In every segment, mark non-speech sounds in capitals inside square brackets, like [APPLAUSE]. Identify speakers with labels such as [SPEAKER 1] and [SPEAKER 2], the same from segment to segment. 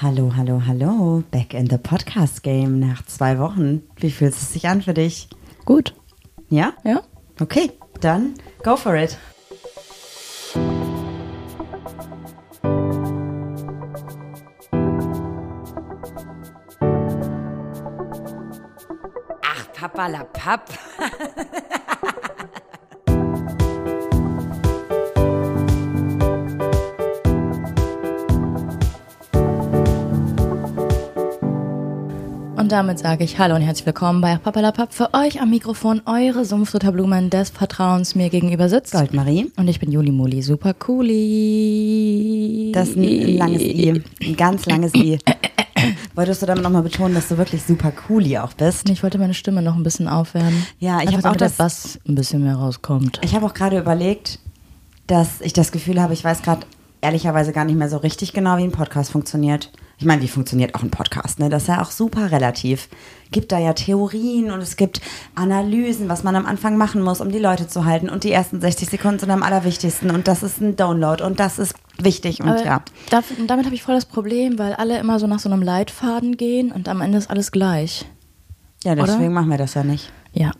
[SPEAKER 1] Hallo, hallo, hallo. Back in the Podcast Game nach zwei Wochen. Wie fühlt es sich an für dich?
[SPEAKER 2] Gut.
[SPEAKER 1] Ja?
[SPEAKER 2] Ja?
[SPEAKER 1] Okay, dann go for it.
[SPEAKER 3] Ach, Papalapap.
[SPEAKER 2] Und damit sage ich Hallo und herzlich willkommen bei Papalapap. Für euch am Mikrofon eure Sumpfdutterblumen des Vertrauens mir gegenüber sitzt.
[SPEAKER 1] Goldmarie.
[SPEAKER 2] Und ich bin Juli Muli, super cooli.
[SPEAKER 1] Das ist ein langes I. Ein ganz langes I. Wolltest du damit nochmal betonen, dass du wirklich super cooli auch bist?
[SPEAKER 2] Ich wollte meine Stimme noch ein bisschen aufwärmen.
[SPEAKER 1] Ja, ich
[SPEAKER 2] Einfach
[SPEAKER 1] hab auch
[SPEAKER 2] damit
[SPEAKER 1] das-
[SPEAKER 2] der Bass ein bisschen mehr rauskommt.
[SPEAKER 1] Ich habe auch gerade überlegt, dass ich das Gefühl habe, ich weiß gerade ehrlicherweise gar nicht mehr so richtig genau, wie ein Podcast funktioniert. Ich meine, wie funktioniert auch ein Podcast? Ne? Das ist ja auch super relativ. Gibt da ja Theorien und es gibt Analysen, was man am Anfang machen muss, um die Leute zu halten. Und die ersten 60 Sekunden sind am allerwichtigsten. Und das ist ein Download und das ist wichtig. Und
[SPEAKER 2] Aber
[SPEAKER 1] ja.
[SPEAKER 2] daf- damit habe ich voll das Problem, weil alle immer so nach so einem Leitfaden gehen und am Ende ist alles gleich.
[SPEAKER 1] Ja, deswegen
[SPEAKER 2] Oder?
[SPEAKER 1] machen wir das ja nicht.
[SPEAKER 2] Ja.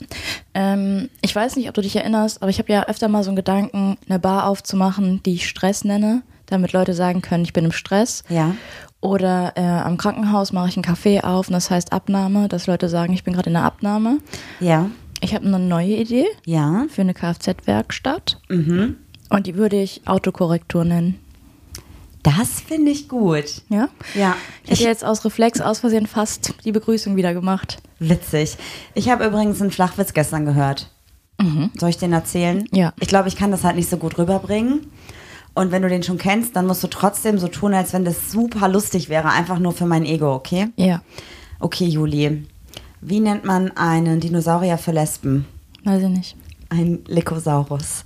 [SPEAKER 2] Ähm, ich weiß nicht, ob du dich erinnerst, aber ich habe ja öfter mal so einen Gedanken, eine Bar aufzumachen, die ich Stress nenne, damit Leute sagen können, ich bin im Stress.
[SPEAKER 1] Ja.
[SPEAKER 2] Oder äh, am Krankenhaus mache ich einen Café auf und das heißt Abnahme, dass Leute sagen, ich bin gerade in der Abnahme.
[SPEAKER 1] Ja.
[SPEAKER 2] Ich habe eine neue Idee
[SPEAKER 1] Ja. Mhm.
[SPEAKER 2] für eine Kfz-Werkstatt. Und die würde ich Autokorrektur nennen.
[SPEAKER 1] Das finde ich gut.
[SPEAKER 2] Ja?
[SPEAKER 1] Ja.
[SPEAKER 2] Ich hätte jetzt aus Reflex aus Versehen fast die Begrüßung wieder gemacht.
[SPEAKER 1] Witzig. Ich habe übrigens einen Flachwitz gestern gehört. Soll ich den erzählen?
[SPEAKER 2] Mhm. Ja.
[SPEAKER 1] Ich glaube, ich kann das halt nicht so gut rüberbringen. Und wenn du den schon kennst, dann musst du trotzdem so tun, als wenn das super lustig wäre, einfach nur für mein Ego, okay?
[SPEAKER 2] Ja.
[SPEAKER 1] Okay, Juli. Wie nennt man einen Dinosaurier für Lesben?
[SPEAKER 2] Weiß ich nicht.
[SPEAKER 1] Ein Lycosaurus.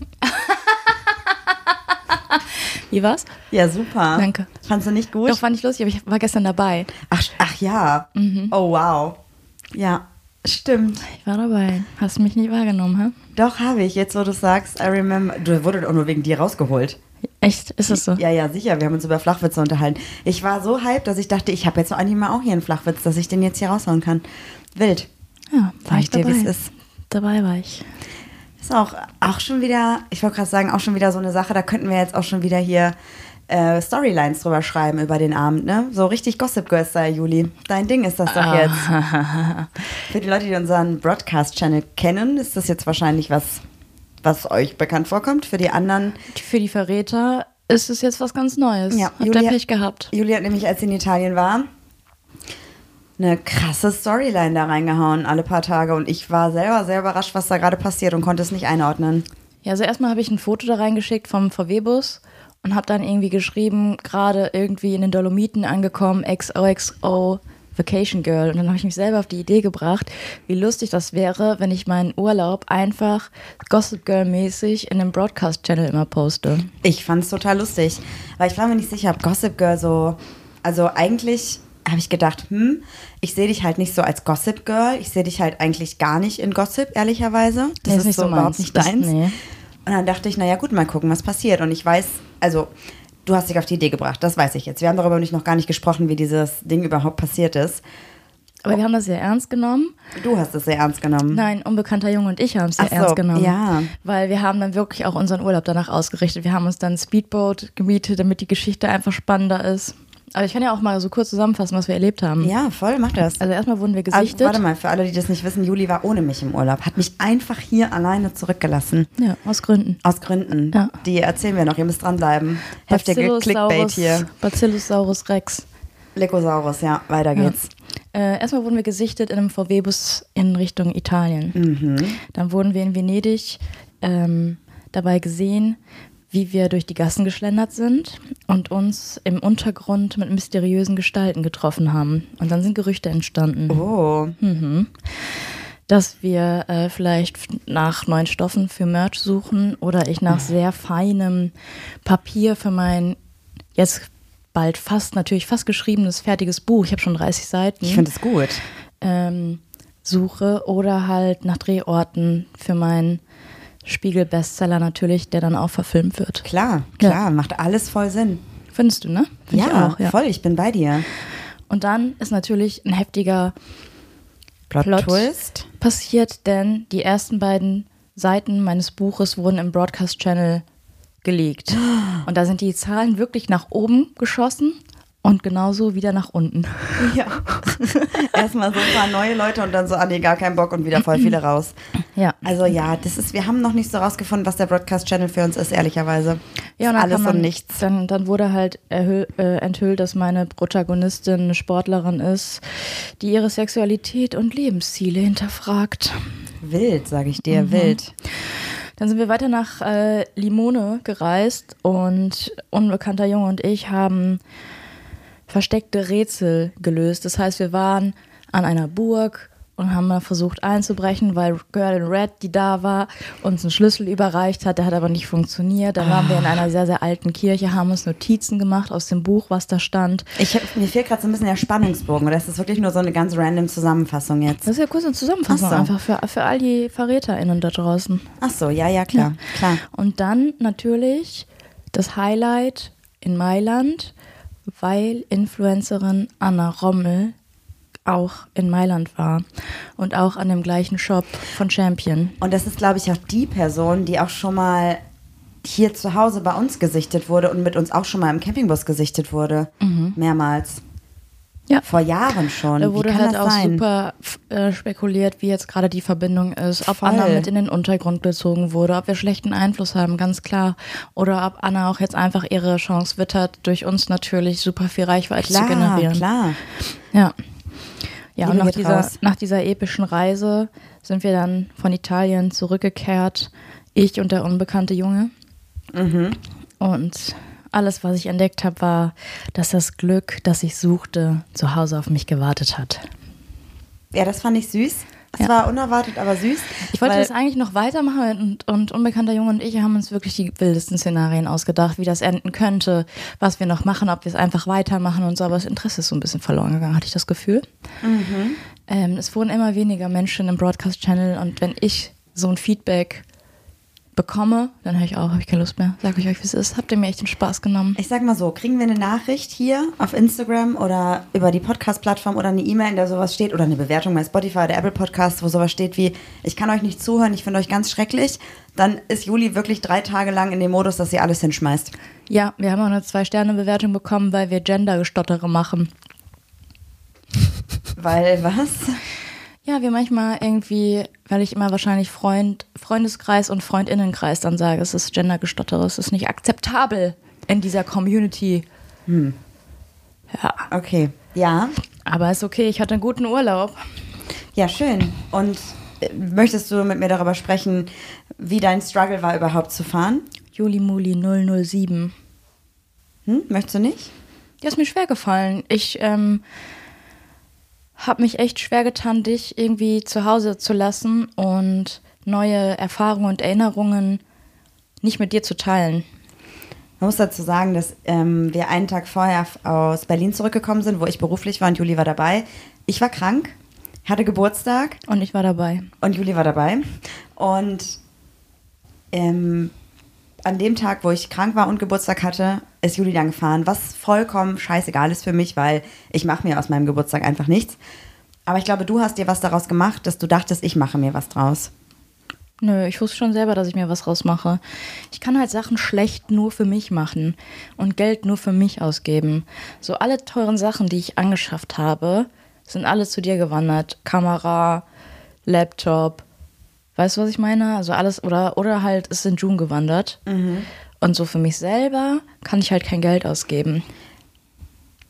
[SPEAKER 2] Wie war's?
[SPEAKER 1] Ja, super.
[SPEAKER 2] Danke.
[SPEAKER 1] Fandst du nicht gut?
[SPEAKER 2] Doch, fand ich lustig, aber ich war gestern dabei.
[SPEAKER 1] Ach, ach ja.
[SPEAKER 2] Mhm.
[SPEAKER 1] Oh, wow. Ja, stimmt.
[SPEAKER 2] Ich war dabei. Hast mich nicht wahrgenommen, hä?
[SPEAKER 1] Doch, habe ich. Jetzt, wo du es sagst, I remember. Du wurdest auch nur wegen dir rausgeholt.
[SPEAKER 2] Echt? Ist es so?
[SPEAKER 1] Ja, ja, sicher. Wir haben uns über Flachwitze unterhalten. Ich war so hyped, dass ich dachte, ich habe jetzt noch einmal auch hier einen Flachwitz, dass ich den jetzt hier raushauen kann. Wild.
[SPEAKER 2] Ja, war
[SPEAKER 1] Sag
[SPEAKER 2] ich
[SPEAKER 1] ich dir,
[SPEAKER 2] dabei.
[SPEAKER 1] wie's ist.
[SPEAKER 2] Dabei war ich.
[SPEAKER 1] Ist auch, auch schon wieder, ich wollte gerade sagen, auch schon wieder so eine Sache, da könnten wir jetzt auch schon wieder hier äh, Storylines drüber schreiben über den Abend, ne? So richtig Gossip Girl Style, Juli. Dein Ding ist das doch jetzt. Für die Leute, die unseren Broadcast-Channel kennen, ist das jetzt wahrscheinlich was, was euch bekannt vorkommt. Für die anderen
[SPEAKER 2] Für die Verräter ist es jetzt was ganz Neues.
[SPEAKER 1] Ja,
[SPEAKER 2] Habt ihr
[SPEAKER 1] Julia-
[SPEAKER 2] Pech gehabt?
[SPEAKER 1] Julia hat nämlich, als sie in Italien war, eine krasse Storyline da reingehauen, alle paar Tage. Und ich war selber sehr überrascht, was da gerade passiert und konnte es nicht einordnen.
[SPEAKER 2] Ja, also erstmal habe ich ein Foto da reingeschickt vom VW-Bus und habe dann irgendwie geschrieben, gerade irgendwie in den Dolomiten angekommen, XOXO Vacation Girl. Und dann habe ich mich selber auf die Idee gebracht, wie lustig das wäre, wenn ich meinen Urlaub einfach Gossip Girl-mäßig in einem Broadcast-Channel immer poste.
[SPEAKER 1] Ich fand es total lustig. Weil ich war mir nicht sicher, ob Gossip Girl so. Also eigentlich habe ich gedacht, hm, ich sehe dich halt nicht so als Gossip Girl. Ich sehe dich halt eigentlich gar nicht in Gossip, ehrlicherweise.
[SPEAKER 2] Nee, ist nicht so meins.
[SPEAKER 1] überhaupt nicht
[SPEAKER 2] Das-
[SPEAKER 1] deins.
[SPEAKER 2] nee.
[SPEAKER 1] Und dann dachte ich, naja, gut, mal gucken, was passiert. Und ich weiß, also. Du hast dich auf die Idee gebracht, das weiß ich jetzt. Wir haben darüber nicht noch gar nicht gesprochen, wie dieses Ding überhaupt passiert ist.
[SPEAKER 2] Aber wir haben das sehr ernst genommen.
[SPEAKER 1] Du hast es sehr ernst genommen.
[SPEAKER 2] Nein, unbekannter Junge und ich haben es sehr
[SPEAKER 1] Ach so,
[SPEAKER 2] ernst genommen.
[SPEAKER 1] ja.
[SPEAKER 2] Weil wir haben dann wirklich auch unseren Urlaub danach ausgerichtet. Wir haben uns dann ein Speedboat gemietet, damit die Geschichte einfach spannender ist. Aber ich kann ja auch mal so kurz zusammenfassen, was wir erlebt haben.
[SPEAKER 1] Ja, voll, mach das.
[SPEAKER 2] Also erstmal wurden wir
[SPEAKER 1] Aber
[SPEAKER 2] gesichtet.
[SPEAKER 1] warte mal, für alle, die das nicht wissen, Juli war ohne mich im Urlaub, hat mich einfach hier alleine zurückgelassen.
[SPEAKER 2] Ja, aus Gründen.
[SPEAKER 1] Aus Gründen.
[SPEAKER 2] Ja.
[SPEAKER 1] Die erzählen wir noch, ihr müsst dranbleiben. Heftige Clickbait hier.
[SPEAKER 2] Bacillosaurus rex.
[SPEAKER 1] Lycosaurus, ja, weiter
[SPEAKER 2] Ja.
[SPEAKER 1] geht's.
[SPEAKER 2] Äh, erstmal wurden wir gesichtet in einem VW-Bus in Richtung Italien.
[SPEAKER 1] Mhm.
[SPEAKER 2] Dann wurden wir in Venedig ähm, dabei gesehen, wie wir durch die Gassen geschlendert sind und uns im Untergrund mit mysteriösen Gestalten getroffen haben. Und dann sind Gerüchte entstanden,
[SPEAKER 1] Oh,
[SPEAKER 2] Mhm. dass wir äh, vielleicht f- nach neuen Stoffen für Merch suchen oder ich
[SPEAKER 1] Mhm.
[SPEAKER 2] nach sehr feinem Papier für mein jetzt bald fast, natürlich fast geschriebenes, fertiges Buch. Ich habe schon 30 Seiten
[SPEAKER 1] ich finde es gut.
[SPEAKER 2] ähm, suche oder halt nach Drehorten für meinen Spiegel-Bestseller natürlich, der dann auch verfilmt wird.
[SPEAKER 1] Klar,
[SPEAKER 2] Ja.
[SPEAKER 1] klar, macht alles voll Sinn.
[SPEAKER 2] Findest du, ne? Find
[SPEAKER 1] ja,
[SPEAKER 2] ich auch, ja.
[SPEAKER 1] voll, ich bin bei dir.
[SPEAKER 2] Und dann ist natürlich ein heftiger
[SPEAKER 1] Plot,
[SPEAKER 2] Plot [LAUGHS]
[SPEAKER 1] Twist.
[SPEAKER 2] passiert, denn die ersten beiden Seiten meines Buches wurden im Broadcast Channel
[SPEAKER 1] [GASPS]
[SPEAKER 2] gelegt. Und da sind die Zahlen wirklich nach oben geschossen und genauso wieder nach unten.
[SPEAKER 1] Ja. [LAUGHS] Erstmal so ein paar neue Leute und dann so, ah nee, gar keinen Bock und wieder voll viele raus.
[SPEAKER 2] Ja.
[SPEAKER 1] Also ja, das ist, wir haben noch nicht so rausgefunden, was der Broadcast Channel für uns ist, ehrlicherweise.
[SPEAKER 2] Ja,
[SPEAKER 1] ist
[SPEAKER 2] dann
[SPEAKER 1] alles
[SPEAKER 2] kann man-
[SPEAKER 1] und nichts.
[SPEAKER 2] Dann, dann wurde halt erhö- äh, enthüllt, dass meine Protagonistin eine Sportlerin ist, die ihre Sexualität und Lebensziele hinterfragt.
[SPEAKER 1] Wild, sage ich dir,
[SPEAKER 2] Mhm.
[SPEAKER 1] wild.
[SPEAKER 2] Dann sind wir weiter nach äh, Limone gereist und unbekannter Junge und ich haben versteckte Rätsel gelöst. Das heißt, wir waren an einer Burg und haben mal versucht einzubrechen, weil Girl in Red, die da war, uns einen Schlüssel überreicht hat. Der hat aber nicht funktioniert. Dann waren wir in einer sehr, sehr alten Kirche, haben uns Notizen gemacht aus dem Buch, was da stand.
[SPEAKER 1] Ich hab, mir fehlt gerade so ein bisschen der Spannungsbogen oder ist das wirklich nur so eine ganz random Zusammenfassung jetzt?
[SPEAKER 2] Das ist ja kurz eine Zusammenfassung
[SPEAKER 1] Ach so.
[SPEAKER 2] einfach für, für all die VerräterInnen da draußen.
[SPEAKER 1] Ach so, ja, ja, klar, klar.
[SPEAKER 2] Und dann natürlich das Highlight in Mailand, weil Influencerin Anna Rommel auch in Mailand war und auch an dem gleichen Shop von Champion.
[SPEAKER 1] Und das ist, glaube ich, auch die Person, die auch schon mal hier zu Hause bei uns gesichtet wurde und mit uns auch schon mal im Campingbus gesichtet wurde. Mehrmals.
[SPEAKER 2] Ja.
[SPEAKER 1] Vor Jahren schon.
[SPEAKER 2] Mhm. Da wurde
[SPEAKER 1] Wie kann
[SPEAKER 2] halt
[SPEAKER 1] das
[SPEAKER 2] auch
[SPEAKER 1] sein?
[SPEAKER 2] super f- äh, spekuliert, wie jetzt gerade die Verbindung ist, ob
[SPEAKER 1] Voll.
[SPEAKER 2] Anna mit in den Untergrund gezogen wurde, ob wir schlechten Einfluss haben, ganz klar. Oder ob Anna auch jetzt einfach ihre Chance wittert, durch uns natürlich super viel Reichweite
[SPEAKER 1] klar,
[SPEAKER 2] zu generieren.
[SPEAKER 1] Klar.
[SPEAKER 2] Ja. Ja, und
[SPEAKER 1] Liebe
[SPEAKER 2] nach
[SPEAKER 1] geht
[SPEAKER 2] dieser,
[SPEAKER 1] raus.
[SPEAKER 2] nach dieser epischen Reise sind wir dann von Italien zurückgekehrt. Ich und der unbekannte Junge. Mhm. Und alles, was ich entdeckt habe, war, dass das Glück, das ich suchte, zu Hause auf mich gewartet hat.
[SPEAKER 1] Ja, das fand ich süß. Es war unerwartet, aber süß.
[SPEAKER 2] Ich wollte
[SPEAKER 1] weil-
[SPEAKER 2] das eigentlich noch weitermachen und, und unbekannter Junge und ich haben uns wirklich die wildesten Szenarien ausgedacht, wie das enden könnte, was wir noch machen, ob wir es einfach weitermachen und so. Aber das Interesse ist so ein bisschen verloren gegangen, hatte ich das Gefühl. Ähm, es wurden immer weniger Menschen im Broadcast-Channel und wenn ich so ein Feedback bekomme, dann höre ich auch, habe ich keine Lust mehr. Sag ich euch, wie es ist. Habt ihr mir echt den Spaß genommen?
[SPEAKER 1] Ich sag mal so, kriegen wir eine Nachricht hier auf Instagram oder über die Podcast-Plattform oder eine E-Mail, in der sowas steht oder eine Bewertung bei Spotify oder Apple Podcasts, wo sowas steht wie, ich kann euch nicht zuhören, ich finde euch ganz schrecklich, dann ist Juli wirklich drei Tage lang in dem Modus, dass sie alles hinschmeißt.
[SPEAKER 2] Ja, wir haben auch eine Zwei-Sterne-Bewertung bekommen, weil wir Gender-Gestottere machen.
[SPEAKER 1] Weil [LAUGHS] was?
[SPEAKER 2] Ja, wir manchmal irgendwie, weil ich immer wahrscheinlich Freund, Freundeskreis und Freundinnenkreis dann sage, es ist Gendergestottere, es ist nicht akzeptabel in dieser Community. Ja,
[SPEAKER 1] Okay. Ja.
[SPEAKER 2] aber ist okay, ich hatte einen guten Urlaub.
[SPEAKER 1] Ja, schön. Und äh, möchtest du mit mir darüber sprechen, wie dein Struggle war, überhaupt zu fahren?
[SPEAKER 2] Juli Muli 007.
[SPEAKER 1] Hm? Möchtest du nicht?
[SPEAKER 2] Ja, ist mir schwer gefallen. Ich ähm, habe mich echt schwer getan, dich irgendwie zu Hause zu lassen und neue Erfahrungen und Erinnerungen nicht mit dir zu teilen.
[SPEAKER 1] Man muss dazu sagen, dass ähm, wir einen Tag vorher f- aus Berlin zurückgekommen sind, wo ich beruflich war und Juli war dabei. Ich war krank, hatte Geburtstag
[SPEAKER 2] Und ich war dabei.
[SPEAKER 1] und Juli war dabei. Und ähm, an dem Tag, wo ich krank war und Geburtstag hatte, ist Juli dann gefahren, was vollkommen scheißegal ist für mich, weil ich mache mir aus meinem Geburtstag einfach nichts. Aber ich glaube, du hast dir was daraus gemacht, dass du dachtest, ich mache mir was draus.
[SPEAKER 2] Nö, ich wusste schon selber, dass ich mir was rausmache. Ich kann halt Sachen schlecht nur für mich machen und Geld nur für mich ausgeben. So alle teuren Sachen, die ich angeschafft habe, sind alle zu dir gewandert. Kamera, Laptop. Weißt du, was ich meine? Also alles oder oder halt ist in June gewandert. Und so für mich selber kann ich halt kein Geld ausgeben.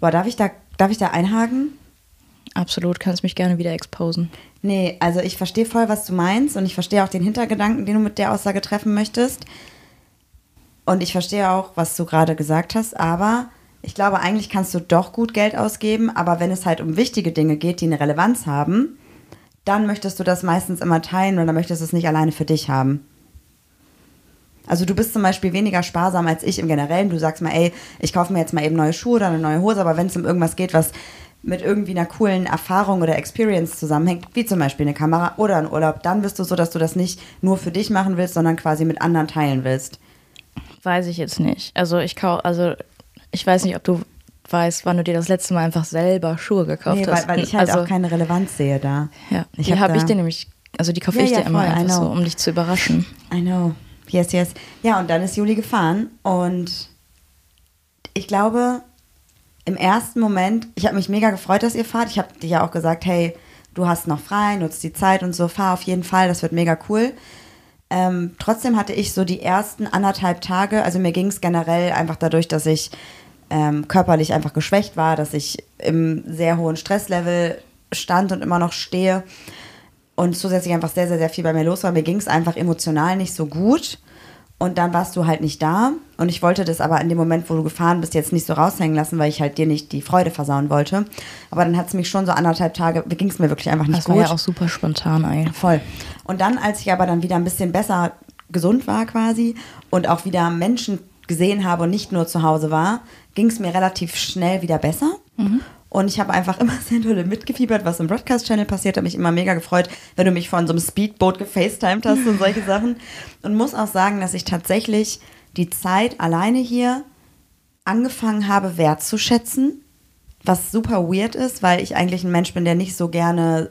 [SPEAKER 1] Boah, darf ich da, darf ich da einhaken?
[SPEAKER 2] Absolut, kannst mich gerne wieder exposen.
[SPEAKER 1] Nee, also ich verstehe voll, was du meinst und ich verstehe auch den Hintergedanken, den du mit der Aussage treffen möchtest. Und ich verstehe auch, was du gerade gesagt hast, aber ich glaube, eigentlich kannst du doch gut Geld ausgeben, aber wenn es halt um wichtige Dinge geht, die eine Relevanz haben, dann möchtest du das meistens immer teilen oder möchtest es nicht alleine für dich haben. Also du bist zum Beispiel weniger sparsam als ich im Generellen. Du sagst mal, ey, ich kaufe mir jetzt mal eben neue Schuhe oder eine neue Hose, aber wenn es um irgendwas geht, was mit irgendwie einer coolen Erfahrung oder Experience zusammenhängt, wie zum Beispiel eine Kamera oder ein Urlaub, dann bist du so, dass du das nicht nur für dich machen willst, sondern quasi mit anderen teilen willst.
[SPEAKER 2] Weiß ich jetzt nicht. Also ich kau also ich weiß nicht, ob du weißt, wann du dir das letzte Mal einfach selber Schuhe gekauft
[SPEAKER 1] Nee,
[SPEAKER 2] hast.
[SPEAKER 1] weil, weil ich halt
[SPEAKER 2] also,
[SPEAKER 1] auch keine Relevanz sehe da.
[SPEAKER 2] ja,
[SPEAKER 1] Ich
[SPEAKER 2] die
[SPEAKER 1] hab
[SPEAKER 2] habe
[SPEAKER 1] da-
[SPEAKER 2] ich dir nämlich, also die kaufe
[SPEAKER 1] Ja,
[SPEAKER 2] ich
[SPEAKER 1] ja,
[SPEAKER 2] dir immer
[SPEAKER 1] voll, I
[SPEAKER 2] einfach so,
[SPEAKER 1] know.
[SPEAKER 2] um dich zu überraschen.
[SPEAKER 1] I know. Yes, yes. Ja, und dann ist Juli gefahren und ich glaube, im ersten Moment, ich habe mich mega gefreut, dass ihr fahrt. Ich habe dir ja auch gesagt, hey, du hast noch frei, nutzt die Zeit und so, fahr auf jeden Fall, das wird mega cool. Ähm, trotzdem hatte ich so die ersten anderthalb Tage, also mir ging es generell einfach dadurch, dass ich ähm, körperlich einfach geschwächt war, dass ich im sehr hohen Stresslevel stand und immer noch stehe und zusätzlich einfach sehr, sehr, sehr viel bei mir los war. Mir ging es einfach emotional nicht so gut. Und dann warst du halt nicht da. Und ich wollte das aber in dem Moment, wo du gefahren bist, jetzt nicht so raushängen lassen, weil ich halt dir nicht die Freude versauen wollte. Aber dann hat es mich schon so anderthalb Tage, ging es mir wirklich einfach nicht
[SPEAKER 2] Das
[SPEAKER 1] gut.
[SPEAKER 2] war ja auch super spontan eigentlich.
[SPEAKER 1] Voll. Und dann, als ich aber dann wieder ein bisschen besser gesund war quasi und auch wieder Menschen gesehen habe und nicht nur zu Hause war, ging es mir relativ schnell wieder besser. Und ich habe einfach [LAUGHS] immer sehr dolle mitgefiebert, was im Broadcast-Channel passiert, habe mich immer mega gefreut, wenn du mich von so einem Speedboot gefacetimed hast und solche Sachen. Und muss auch sagen, dass ich tatsächlich die Zeit alleine hier angefangen habe, wertzuschätzen, was super weird ist, weil ich eigentlich ein Mensch bin, der nicht so gerne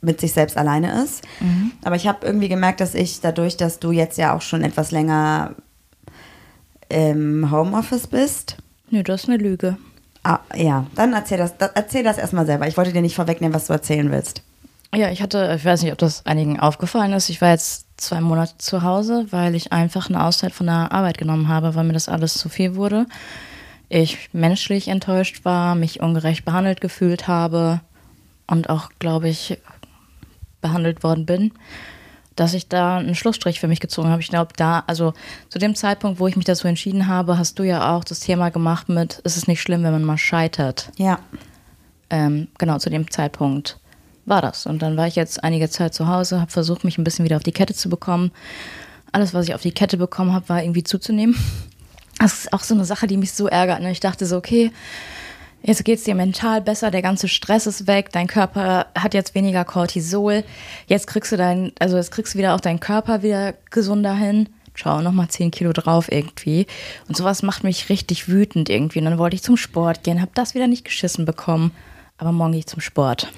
[SPEAKER 1] mit sich selbst alleine ist. Aber ich habe irgendwie gemerkt, dass ich dadurch, dass du jetzt ja auch schon etwas länger im Homeoffice bist,
[SPEAKER 2] Nö, das ist eine Lüge.
[SPEAKER 1] ah, ja, dann erzähl das, da, erzähl das erstmal selber. Ich wollte dir nicht vorwegnehmen, was du erzählen willst.
[SPEAKER 2] Ja, ich hatte, ich weiß nicht, ob das einigen aufgefallen ist. Ich war jetzt zwei Monate zu Hause, weil ich einfach eine Auszeit von der Arbeit genommen habe, weil mir das alles zu viel wurde. Ich menschlich enttäuscht war, mich ungerecht behandelt gefühlt habe und auch, glaube ich, behandelt worden bin, dass ich da einen Schlussstrich für mich gezogen habe. Ich glaube, da, also zu dem Zeitpunkt, wo ich mich dazu entschieden habe, hast du ja auch das Thema gemacht mit, ist es nicht schlimm, wenn man mal scheitert
[SPEAKER 1] Ja,
[SPEAKER 2] ähm, genau zu dem Zeitpunkt war das. Und dann war ich jetzt einige Zeit zu Hause, habe versucht, mich ein bisschen wieder auf die Kette zu bekommen. Alles, was ich auf die Kette bekommen habe, war irgendwie zuzunehmen. Das ist auch so eine Sache, die mich so ärgert. Ne? Ich dachte so, okay, jetzt geht's dir mental besser, der ganze Stress ist weg, dein Körper hat jetzt weniger Cortisol, jetzt kriegst du dein, also jetzt kriegst du wieder auch deinen Körper wieder gesunder hin. Ciao, nochmal 10 Kilo drauf irgendwie. Und sowas macht mich richtig wütend irgendwie. Und dann wollte ich zum Sport gehen, habe das wieder nicht geschissen bekommen. Aber morgen gehe ich zum Sport.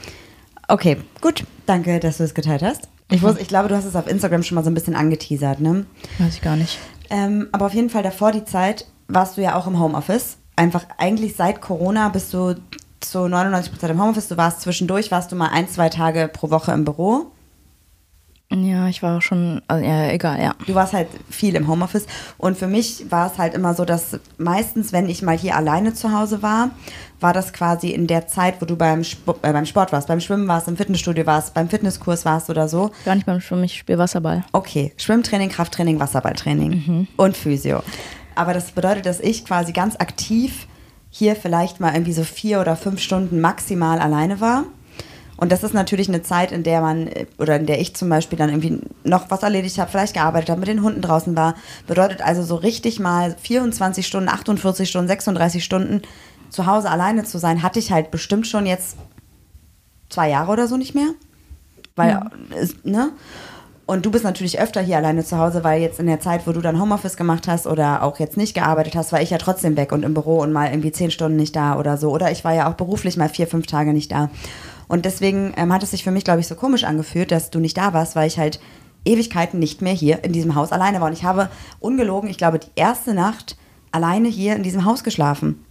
[SPEAKER 1] okay, gut. Danke, dass du es geteilt hast. Ich, wusste, ich glaube, du hast es auf Instagram schon mal so ein bisschen angeteasert, ne?
[SPEAKER 2] Weiß ich gar nicht.
[SPEAKER 1] Ähm, aber auf jeden Fall davor die Zeit warst du ja auch im Homeoffice. Einfach eigentlich seit Corona bist du zu 99 Prozent im Homeoffice. Du warst zwischendurch, warst du mal ein, zwei Tage pro Woche im Büro.
[SPEAKER 2] Ja, ich war auch schon, also, ja, egal, ja.
[SPEAKER 1] Du warst halt viel im Homeoffice. Und für mich war es halt immer so, dass meistens, wenn ich mal hier alleine zu Hause war, war das quasi in der Zeit, wo du beim, Sp äh, beim Sport warst, beim Schwimmen warst, im Fitnessstudio warst, beim Fitnesskurs warst oder so.
[SPEAKER 2] Gar nicht beim Schwimmen, ich spiele Wasserball.
[SPEAKER 1] Okay, Schwimmtraining, Krafttraining, Wasserballtraining und Physio. Aber das bedeutet, dass ich quasi ganz aktiv hier vielleicht mal irgendwie so vier oder fünf Stunden maximal alleine war. Und das ist natürlich eine Zeit, in der man, äh, oder in der ich zum Beispiel dann irgendwie noch was erledigt habe, vielleicht gearbeitet habe, mit den Hunden draußen war. Bedeutet also so richtig mal 24 Stunden, 48 Stunden, 36 Stunden zu Hause alleine zu sein, hatte ich halt bestimmt schon jetzt zwei Jahre oder so nicht mehr. Weil, es- ne? Und du bist natürlich öfter hier alleine zu Hause, weil jetzt in der Zeit, wo du dann Homeoffice gemacht hast oder auch jetzt nicht gearbeitet hast, war ich ja trotzdem weg und im Büro und mal irgendwie zehn Stunden nicht da oder so. Oder ich war ja auch beruflich mal vier, fünf Tage nicht da. Und deswegen ähm, hat es sich für mich, glaube ich, so komisch angefühlt, dass du nicht da warst, weil ich halt Ewigkeiten nicht mehr hier in diesem Haus alleine war. Und ich habe ungelogen, ich glaube, die erste Nacht alleine hier in diesem Haus geschlafen.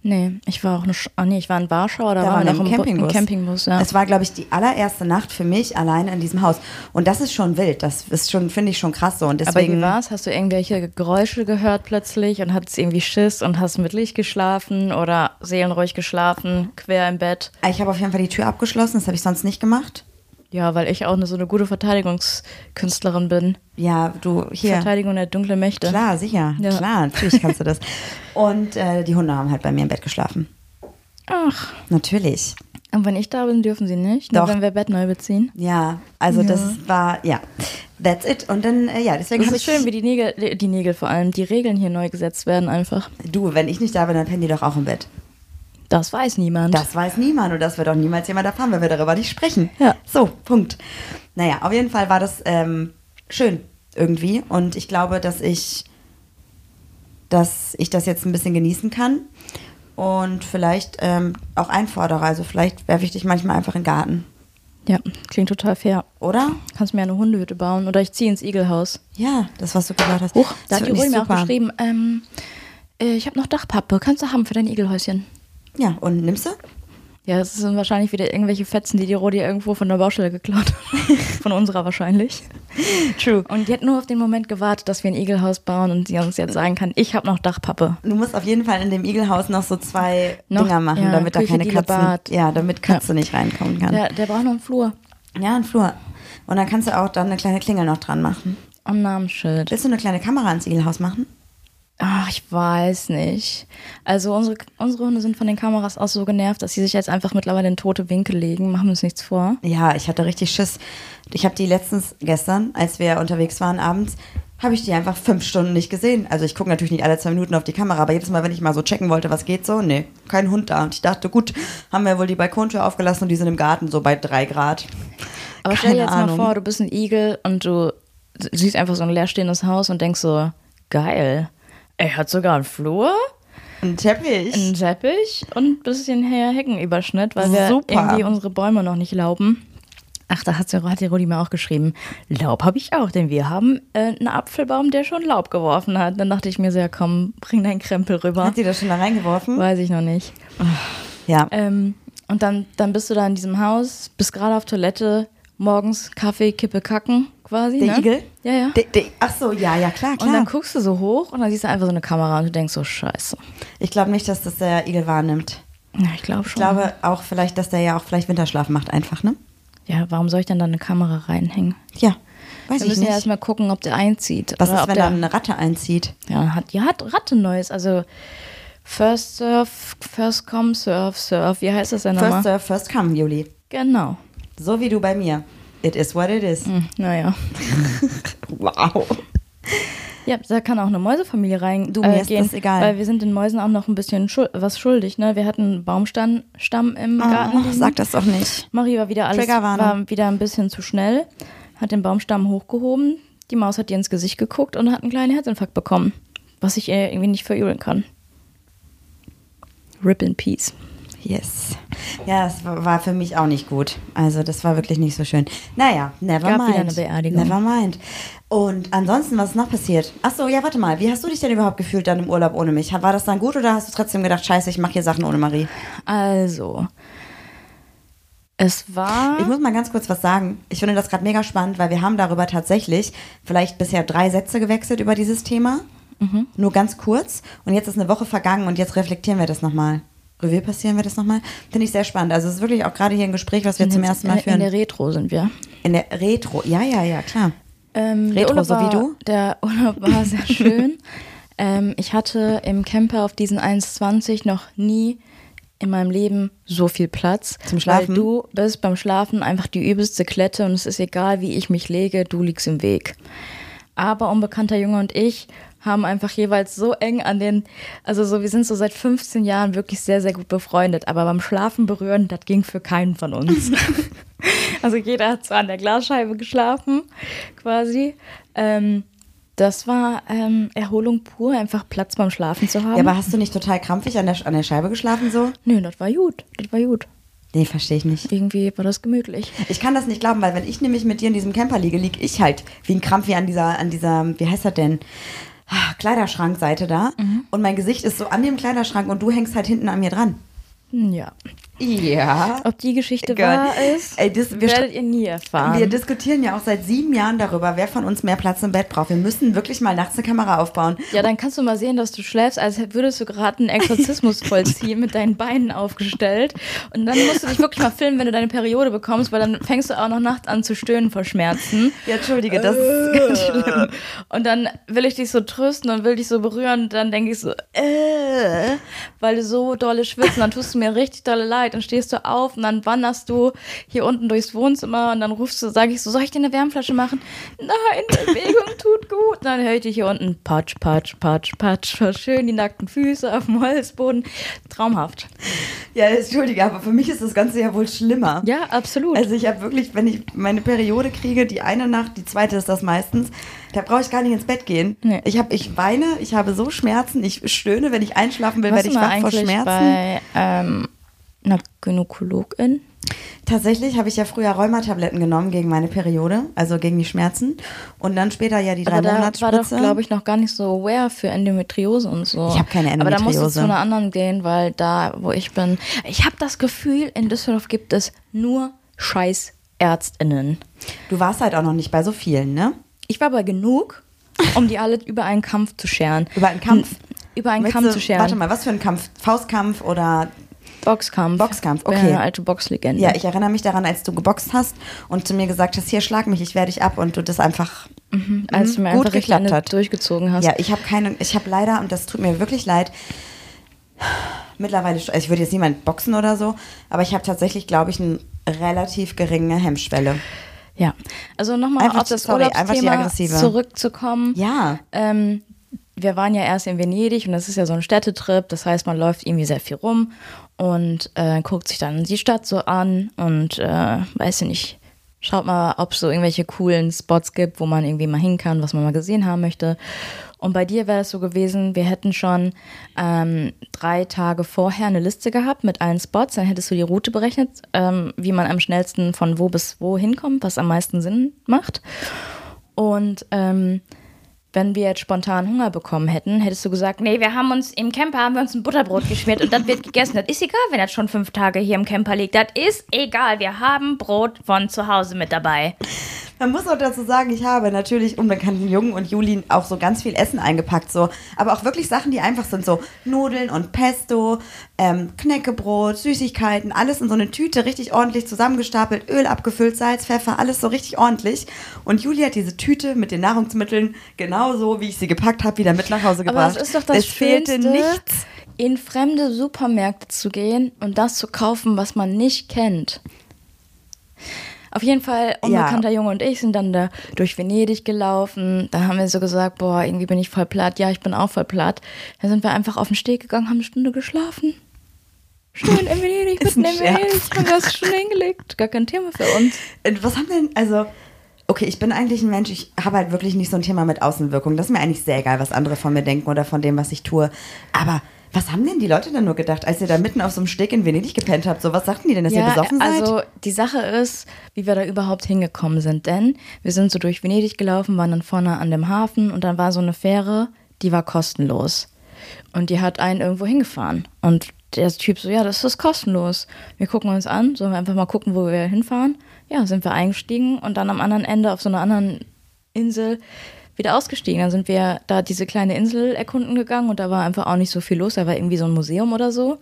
[SPEAKER 2] Nee, ich war auch eine, Sch- ah, nee, ich war in Warschau oder
[SPEAKER 1] Da
[SPEAKER 2] war
[SPEAKER 1] waren
[SPEAKER 2] wir
[SPEAKER 1] wir
[SPEAKER 2] noch
[SPEAKER 1] im
[SPEAKER 2] Bu-
[SPEAKER 1] Campingbus.
[SPEAKER 2] im Campingbus ja.
[SPEAKER 1] Es war, glaube ich, die allererste Nacht für mich alleine in diesem Haus. Und das ist schon wild. Das ist schon, finde ich schon krass so. Und
[SPEAKER 2] Aber wie
[SPEAKER 1] deswegen.
[SPEAKER 2] war's? Hast du irgendwelche Geräusche gehört plötzlich und hattest irgendwie Schiss und hast mit Licht geschlafen oder seelenruhig geschlafen, quer im Bett?
[SPEAKER 1] Ich habe auf jeden Fall die Tür abgeschlossen, das habe ich sonst nicht gemacht.
[SPEAKER 2] Ja, weil ich auch eine, so eine gute Verteidigungskünstlerin bin.
[SPEAKER 1] Ja, du hier.
[SPEAKER 2] Verteidigung der dunklen Mächte.
[SPEAKER 1] Klar, sicher.
[SPEAKER 2] Ja.
[SPEAKER 1] Klar, natürlich kannst du
[SPEAKER 2] [LAUGHS]
[SPEAKER 1] das. Und äh, die Hunde haben halt bei mir im Bett geschlafen.
[SPEAKER 2] Ach,
[SPEAKER 1] Natürlich.
[SPEAKER 2] und wenn ich da bin, dürfen sie nicht, nur
[SPEAKER 1] Doch.
[SPEAKER 2] wenn wir Bett neu beziehen.
[SPEAKER 1] Ja, also das war, ja. That's it. Und dann, äh, ja, deswegen
[SPEAKER 2] Das
[SPEAKER 1] habe
[SPEAKER 2] ist
[SPEAKER 1] ich.
[SPEAKER 2] schön, wie die Nägel, die Nägel vor allem, die Regeln hier neu gesetzt werden einfach.
[SPEAKER 1] du, wenn ich nicht da bin, dann pennen die doch auch im Bett.
[SPEAKER 2] Das weiß niemand.
[SPEAKER 1] Das weiß niemand und das wird auch niemals jemand erfahren, wenn wir darüber nicht sprechen.
[SPEAKER 2] Ja.
[SPEAKER 1] So, Punkt. Naja, auf jeden Fall war das ähm, schön irgendwie und ich glaube, dass ich dass ich das jetzt ein bisschen genießen kann und vielleicht ähm, auch einfordere. Also vielleicht werfe ich dich manchmal einfach in den Garten,
[SPEAKER 2] Ja, klingt total fair.
[SPEAKER 1] oder?
[SPEAKER 2] Kannst mir eine Hundehütte bauen oder ich ziehe ins Igelhaus.
[SPEAKER 1] Ja, das, was du gesagt hast.
[SPEAKER 2] Huch, da
[SPEAKER 1] Das
[SPEAKER 2] hat die
[SPEAKER 1] finde ich
[SPEAKER 2] Ulm mir auch
[SPEAKER 1] super.
[SPEAKER 2] geschrieben, ähm, äh, ich habe noch Dachpappe, kannst du haben für dein Igelhäuschen.
[SPEAKER 1] Ja, und nimmst du?
[SPEAKER 2] Ja, es sind wahrscheinlich wieder irgendwelche Fetzen, die die Rodi irgendwo von der Baustelle geklaut hat. [LAUGHS] von unserer wahrscheinlich. True. Und die hat nur auf den Moment gewartet, dass wir ein Igelhaus bauen und sie uns jetzt sagen kann, ich habe noch Dachpappe.
[SPEAKER 1] Du musst auf jeden Fall in dem Igelhaus noch so zwei
[SPEAKER 2] Noch-
[SPEAKER 1] Dinger machen,
[SPEAKER 2] ja,
[SPEAKER 1] damit
[SPEAKER 2] Küche,
[SPEAKER 1] da keine
[SPEAKER 2] Diele,
[SPEAKER 1] Katzen,
[SPEAKER 2] Bad.
[SPEAKER 1] ja, damit Katze nicht reinkommen kann.
[SPEAKER 2] Der, der braucht noch einen Flur.
[SPEAKER 1] Ja, ein Flur. Und dann kannst du auch dann eine kleine Klingel noch dran machen.
[SPEAKER 2] Und ein Namensschild.
[SPEAKER 1] Willst du eine kleine Kamera ins Igelhaus machen?
[SPEAKER 2] Ach, ich weiß nicht. Also unsere, unsere Hunde sind von den Kameras aus so genervt, dass sie sich jetzt einfach mittlerweile in tote Winkel legen. Machen wir uns nichts vor.
[SPEAKER 1] Ja, ich hatte richtig Schiss. Ich habe die letztens gestern, als wir unterwegs waren abends, habe ich die einfach fünf Stunden nicht gesehen. Also ich gucke natürlich nicht alle zwei Minuten auf die Kamera, aber jedes Mal, wenn ich mal so checken wollte, was geht so, nee, kein Hund da. Und ich dachte, gut, haben wir wohl die Balkontür aufgelassen und die sind im Garten so bei drei Grad.
[SPEAKER 2] Aber stell dir
[SPEAKER 1] Keine
[SPEAKER 2] jetzt
[SPEAKER 1] Ahnung.
[SPEAKER 2] mal vor, du bist ein Igel und du siehst einfach so ein leerstehendes Haus und denkst so, geil. Er hat sogar einen Flur,
[SPEAKER 1] Ein Teppich.
[SPEAKER 2] einen Teppich und ein bisschen her Heckenüberschnitt, weil wir
[SPEAKER 1] Super.
[SPEAKER 2] irgendwie unsere Bäume noch nicht lauben. Ach, da hat, sie, hat die Rudi mir auch geschrieben. Laub habe ich auch, denn wir haben äh, einen Apfelbaum, der schon Laub geworfen hat. Dann dachte ich mir so, ja komm, bring deinen Krempel rüber.
[SPEAKER 1] Hat sie das schon da reingeworfen?
[SPEAKER 2] Weiß ich noch nicht.
[SPEAKER 1] Ja.
[SPEAKER 2] Ähm, und dann, dann bist du da in diesem Haus, bist gerade auf Toilette, morgens Kaffee, Kippe, Kacken quasi.
[SPEAKER 1] Der
[SPEAKER 2] ne?
[SPEAKER 1] Igel?
[SPEAKER 2] Ja, ja.
[SPEAKER 1] De, de, ach so, ja, ja, klar,
[SPEAKER 2] und dann
[SPEAKER 1] klar.
[SPEAKER 2] guckst du so hoch und dann siehst du einfach so eine Kamera und du denkst so, scheiße.
[SPEAKER 1] Ich glaube nicht, dass das der Igel wahrnimmt.
[SPEAKER 2] Ja, ich glaube
[SPEAKER 1] Ich
[SPEAKER 2] schon.
[SPEAKER 1] glaube auch vielleicht, dass der ja auch vielleicht Winterschlaf macht einfach, ne?
[SPEAKER 2] ja, warum soll ich denn da eine Kamera reinhängen?
[SPEAKER 1] Ja, weiß
[SPEAKER 2] Wir
[SPEAKER 1] ich
[SPEAKER 2] müssen ja
[SPEAKER 1] nicht.
[SPEAKER 2] erstmal gucken, ob der einzieht.
[SPEAKER 1] Was
[SPEAKER 2] oder
[SPEAKER 1] ist,
[SPEAKER 2] ob
[SPEAKER 1] wenn
[SPEAKER 2] der,
[SPEAKER 1] dann eine Ratte einzieht?
[SPEAKER 2] Ja, hat, ja, hat Ratte Neues. Also First Surf, First Come Surf, Surf. Wie heißt das denn nochmal?
[SPEAKER 1] First serve, first come, Juli.
[SPEAKER 2] Genau.
[SPEAKER 1] So wie du bei mir. It is what it is.
[SPEAKER 2] Hm, naja. Mhm.
[SPEAKER 1] [LAUGHS] Wow.
[SPEAKER 2] Ja, da kann auch eine Mäusefamilie reingehen.
[SPEAKER 1] Du, mir ist das egal.
[SPEAKER 2] Weil wir sind den Mäusen auch noch ein bisschen schul was schuldig. Ne? Wir hatten einen Baumstamm Stamm im Garten. liegen.
[SPEAKER 1] Ah, sag das doch nicht.
[SPEAKER 2] Marie war wieder alles
[SPEAKER 1] Triggerwarnung.
[SPEAKER 2] war wieder ein bisschen zu schnell, hat den Baumstamm hochgehoben. Die Maus hat ihr ins Gesicht geguckt und hat einen kleinen Herzinfarkt bekommen. Was ich ihr irgendwie nicht verübeln kann. Rip in Peace.
[SPEAKER 1] Yes. Ja, das war war für mich auch nicht gut. Also das war wirklich nicht so schön. Naja, never
[SPEAKER 2] Gab
[SPEAKER 1] mind.
[SPEAKER 2] wieder eine Beerdigung.
[SPEAKER 1] Never mind. Und ansonsten, was ist noch passiert? Ach so, ja, warte mal. Wie hast du dich denn überhaupt gefühlt dann im Urlaub ohne mich? War das dann gut oder hast du trotzdem gedacht, scheiße, ich mache hier Sachen ohne Marie?
[SPEAKER 2] Also, es war.
[SPEAKER 1] Ich muss mal ganz kurz was sagen. Ich finde das gerade mega spannend, weil wir haben darüber tatsächlich vielleicht bisher drei Sätze gewechselt über dieses Thema.
[SPEAKER 2] Mhm.
[SPEAKER 1] Nur ganz kurz. Und jetzt ist eine Woche vergangen und jetzt reflektieren wir das nochmal. Revue passieren wir das nochmal. Finde ich sehr spannend. Also es ist wirklich auch gerade hier ein Gespräch, was wir
[SPEAKER 2] in
[SPEAKER 1] zum
[SPEAKER 2] der-
[SPEAKER 1] ersten Mal
[SPEAKER 2] in
[SPEAKER 1] führen.
[SPEAKER 2] der Retro sind wir.
[SPEAKER 1] in der Retro. Ja, ja, ja, klar.
[SPEAKER 2] Ähm, der
[SPEAKER 1] Retro,
[SPEAKER 2] Urlaub
[SPEAKER 1] so
[SPEAKER 2] war,
[SPEAKER 1] wie du?
[SPEAKER 2] Der Urlaub
[SPEAKER 1] [LAUGHS]
[SPEAKER 2] war sehr schön. ähm, ich hatte im Camper auf diesen 1,20 noch nie in meinem Leben so viel Platz.
[SPEAKER 1] Zum Schlafen?
[SPEAKER 2] Weil du bist beim Schlafen einfach die übelste Klette und es ist egal, wie ich mich lege, du liegst im Weg. Aber unbekannter Junge und ich haben einfach jeweils so eng an den, also so, wir sind so seit 15 Jahren wirklich sehr, sehr gut befreundet. Aber beim Schlafen berühren, das ging für keinen
[SPEAKER 1] [LAUGHS]
[SPEAKER 2] von uns. also jeder hat so an der Glasscheibe geschlafen, quasi. Ähm, das war ähm, Erholung pur, einfach Platz beim Schlafen zu haben.
[SPEAKER 1] Ja, aber hast du nicht total krampfig an der, an der Scheibe geschlafen so?
[SPEAKER 2] Nö, das war gut, das war gut.
[SPEAKER 1] Nee, verstehe ich nicht.
[SPEAKER 2] Irgendwie war das gemütlich.
[SPEAKER 1] Ich kann das nicht glauben, weil wenn ich nämlich mit dir in diesem Camper liege, liege ich halt wie ein Krampf wie an dieser, an dieser, wie heißt das denn? Ah, Kleiderschrankseite da. Und mein Gesicht ist so an dem Kleiderschrank und du hängst halt hinten an mir dran.
[SPEAKER 2] Hm, Ja.
[SPEAKER 1] Ja.
[SPEAKER 2] Ob die Geschichte
[SPEAKER 1] Girl.
[SPEAKER 2] wahr ist,
[SPEAKER 1] Ey, das- wir
[SPEAKER 2] werdet ihr nie erfahren.
[SPEAKER 1] Wir diskutieren ja auch seit sieben Jahren darüber, wer von uns mehr Platz im Bett braucht. Wir müssen wirklich mal nachts eine Kamera aufbauen.
[SPEAKER 2] Ja, dann kannst du mal sehen, dass du schläfst, als würdest du gerade
[SPEAKER 1] [LAUGHS]
[SPEAKER 2] einen Exorzismus vollziehen mit deinen Beinen aufgestellt. Und dann musst du dich wirklich mal filmen, wenn du deine Periode bekommst, weil dann fängst du auch noch nachts an zu stöhnen vor Schmerzen.
[SPEAKER 1] Ja, entschuldige, das ist
[SPEAKER 2] Äh.
[SPEAKER 1] ganz schlimm.
[SPEAKER 2] [LAUGHS] Und dann will ich dich so trösten und will dich so berühren. Und dann denke ich so, äh, weil du so dolle schwitzt. Und dann tust du mir richtig dolle leid. Zeit, dann stehst du auf und dann wanderst du hier unten durchs Wohnzimmer und dann rufst du, sage ich so, soll ich dir eine Wärmflasche machen? Nein, Bewegung
[SPEAKER 1] [LAUGHS]
[SPEAKER 2] tut gut. Und dann höre ich dich hier unten patsch, patsch, patsch, patsch, patsch, schön die nackten Füße auf dem Holzboden. Traumhaft.
[SPEAKER 1] [LAUGHS] Ja, entschuldige, aber für mich ist das Ganze ja wohl schlimmer.
[SPEAKER 2] Ja, absolut.
[SPEAKER 1] Also ich habe wirklich, wenn ich meine Periode kriege, die eine Nacht, die zweite ist das meistens, da brauche ich gar nicht ins Bett gehen.
[SPEAKER 2] Nee.
[SPEAKER 1] Ich, hab, ich weine, ich habe so Schmerzen, ich stöhne, wenn ich einschlafen will,
[SPEAKER 2] Warst
[SPEAKER 1] werde ich
[SPEAKER 2] du mal
[SPEAKER 1] wach vor
[SPEAKER 2] eigentlich
[SPEAKER 1] Schmerzen.
[SPEAKER 2] bei ähm, einer Gynäkologin?
[SPEAKER 1] Tatsächlich habe ich ja früher Rheumatabletten genommen gegen meine Periode, also gegen die Schmerzen. Und dann später ja die drei
[SPEAKER 2] Aber da
[SPEAKER 1] Monatsspritze.
[SPEAKER 2] war doch, glaube ich, noch gar nicht so aware für Endometriose und so.
[SPEAKER 1] Ich hab keine
[SPEAKER 2] Aber da musst du
[SPEAKER 1] Endometriose.
[SPEAKER 2] zu einer anderen gehen, weil da, wo ich bin, ich habe das Gefühl, in Düsseldorf gibt es nur scheiß Ärztinnen.
[SPEAKER 1] Du warst halt auch noch nicht bei so vielen, ne?
[SPEAKER 2] Ich war aber genug, um die alle über einen Kampf zu scheren.
[SPEAKER 1] Über einen Kampf?
[SPEAKER 2] N- Über einen
[SPEAKER 1] Willst
[SPEAKER 2] Kampf
[SPEAKER 1] du-
[SPEAKER 2] zu scheren.
[SPEAKER 1] Warte mal, was für ein Kampf? Faustkampf oder.
[SPEAKER 2] Boxkampf.
[SPEAKER 1] Boxkampf,
[SPEAKER 2] Ich bin
[SPEAKER 1] okay.
[SPEAKER 2] Eine alte Boxlegende.
[SPEAKER 1] Ja, ich erinnere mich daran, als du geboxt hast und zu mir gesagt hast: Hier, schlag mich, ich werde dich ab und du das einfach
[SPEAKER 2] Hm, Als du mir
[SPEAKER 1] hm, gut
[SPEAKER 2] einfach richtig
[SPEAKER 1] geklappt
[SPEAKER 2] eine
[SPEAKER 1] hat.
[SPEAKER 2] durchgezogen hast.
[SPEAKER 1] Ja, ich habe keine, ich habe leider, und das tut mir wirklich leid, mittlerweile, schon- also ich würde jetzt niemand boxen oder so, aber ich habe tatsächlich, glaube ich, eine relativ geringe Hemmschwelle.
[SPEAKER 2] Ja, also nochmal
[SPEAKER 1] Einfach
[SPEAKER 2] auf
[SPEAKER 1] die-
[SPEAKER 2] das
[SPEAKER 1] sorry, einfach die
[SPEAKER 2] Urlaubsthema
[SPEAKER 1] aggressive.
[SPEAKER 2] zurückzukommen.
[SPEAKER 1] Ja.
[SPEAKER 2] Ähm, wir waren ja erst in Venedig und das ist ja so ein Städtetrip. Das heißt, man läuft irgendwie sehr viel rum und äh, guckt sich dann die Stadt so an und äh, weiß ich nicht, schaut mal, ob es so irgendwelche coolen Spots gibt, wo man irgendwie mal hin kann, was man mal gesehen haben möchte. Und bei dir wäre es so gewesen, wir hätten schon ähm, drei Tage vorher eine Liste gehabt mit allen Spots, dann hättest du die Route berechnet, ähm, wie man am schnellsten von wo bis wo hinkommt, was am meisten Sinn macht. Und ähm, wenn wir jetzt spontan Hunger bekommen hätten, hättest du gesagt, nee,
[SPEAKER 4] Nee, wir haben uns im Camper haben wir uns ein Butterbrot geschmiert und das wird gegessen. Das ist egal, wenn das schon fünf Tage hier im Camper liegt. Das ist egal. Wir haben Brot von zu Hause mit dabei.
[SPEAKER 1] Man muss auch dazu sagen, ich habe natürlich unbekannten Jungen und Julien auch so ganz viel Essen eingepackt, so, aber auch wirklich Sachen, die einfach sind, so Nudeln und Pesto, ähm, Knäckebrot, Süßigkeiten, alles in so eine Tüte richtig ordentlich zusammengestapelt, Öl abgefüllt, Salz, Pfeffer, alles so richtig ordentlich. Und Julie hat diese Tüte mit den Nahrungsmitteln genauso, wie ich sie gepackt habe, wieder mit nach Hause gebracht.
[SPEAKER 2] aber das ist doch das
[SPEAKER 1] es fehlte
[SPEAKER 2] Schönste,
[SPEAKER 1] nichts.
[SPEAKER 2] in fremde Supermärkte zu gehen und das zu kaufen, was man nicht kennt. Auf jeden Fall, unbekannter Junge und ich sind dann da durch Venedig gelaufen. Da haben wir so gesagt, boah, irgendwie bin ich voll platt. Ja, ich bin auch voll platt. Dann sind wir einfach auf den Steg gegangen, haben eine Stunde geschlafen. Schön
[SPEAKER 1] [LAUGHS]
[SPEAKER 2] in Venedig,
[SPEAKER 1] Ist
[SPEAKER 2] mitten
[SPEAKER 1] ein
[SPEAKER 2] in
[SPEAKER 1] Scherz.
[SPEAKER 2] Venedig. Haben wir uns schon hingelegt. Gar kein Thema für uns.
[SPEAKER 1] Und Was haben denn, also, okay, ich bin eigentlich ein Mensch, ich habe halt wirklich nicht so ein Thema mit Außenwirkung. Das ist mir eigentlich sehr egal, was andere von mir denken oder von dem, was ich tue. Aber was haben denn die Leute denn nur gedacht, als ihr da mitten auf so einem Steg in Venedig gepennt habt? So, was sagten die denn, dass ihr besoffen seid?
[SPEAKER 2] Also die Sache ist, wie wir da überhaupt hingekommen sind. Denn wir sind so durch Venedig gelaufen, waren dann vorne an dem Hafen und dann war so eine Fähre, die war kostenlos. Und die hat einen irgendwo hingefahren. Und der Typ so, ja, das ist kostenlos. Wir gucken uns an, sollen wir einfach mal gucken, wo wir hinfahren. Ja, sind wir eingestiegen und dann am anderen Ende auf so einer anderen Insel wieder ausgestiegen. Dann sind wir da diese kleine Insel erkunden gegangen und da war einfach auch nicht so viel los. Da war irgendwie so ein Museum oder so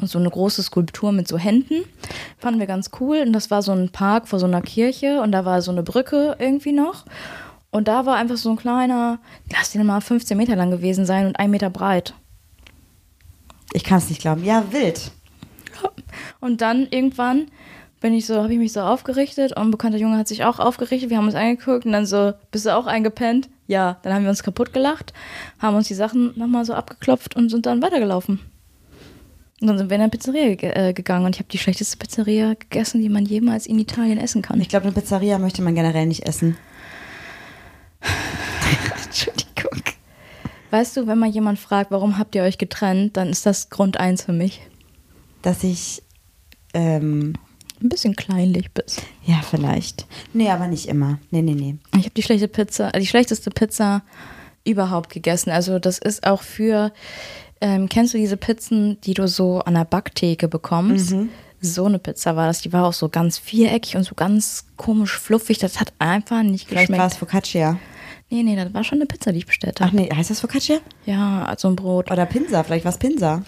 [SPEAKER 2] und so eine große Skulptur mit so Händen. Fanden wir ganz cool und das war so ein Park vor so einer Kirche und da war so eine Brücke irgendwie noch. Und da war einfach so ein kleiner, lass den mal 15 Meter lang gewesen sein und ein Meter breit.
[SPEAKER 1] ich kann es nicht glauben. Ja, wild.
[SPEAKER 2] [LAUGHS] Und dann irgendwann bin ich so, habe ich mich so aufgerichtet und ein bekannter Junge hat sich auch aufgerichtet. Wir haben uns angeguckt und dann so, bist du auch eingepennt? Ja, dann haben wir uns kaputt gelacht, haben uns die Sachen nochmal so abgeklopft und sind dann weitergelaufen. Und dann sind wir in eine Pizzeria ge äh, gegangen und ich habe die schlechteste Pizzeria gegessen, die man jemals in Italien essen kann.
[SPEAKER 1] Ich glaube, eine Pizzeria möchte man generell nicht
[SPEAKER 2] [LAUGHS]
[SPEAKER 1] essen. Entschuldigung.
[SPEAKER 2] Weißt du, wenn mal jemand fragt, warum habt ihr euch getrennt, dann ist das Grund eins für mich.
[SPEAKER 1] Dass ich, ähm,
[SPEAKER 2] Ein bisschen kleinlich bist.
[SPEAKER 1] ja, vielleicht. Nee, aber nicht immer. Nee, nee, nee.
[SPEAKER 2] Ich habe die schlechte Pizza, äh, die schlechteste Pizza überhaupt gegessen. Also das ist auch für, ähm, kennst du diese Pizzen, die du so an der Backtheke bekommst? So eine Pizza war das. Die war auch so ganz viereckig und so ganz komisch fluffig. Das hat einfach nicht
[SPEAKER 1] Vielleicht war es
[SPEAKER 2] geschmeckt.
[SPEAKER 1] Focaccia.
[SPEAKER 2] Nee, nee, das war schon eine Pizza, die ich bestellt
[SPEAKER 1] Ach
[SPEAKER 2] habe.
[SPEAKER 1] nee, heißt das Focaccia?
[SPEAKER 2] Ja, also ein Brot.
[SPEAKER 1] Oder Pinsa, vielleicht war es Pinsa.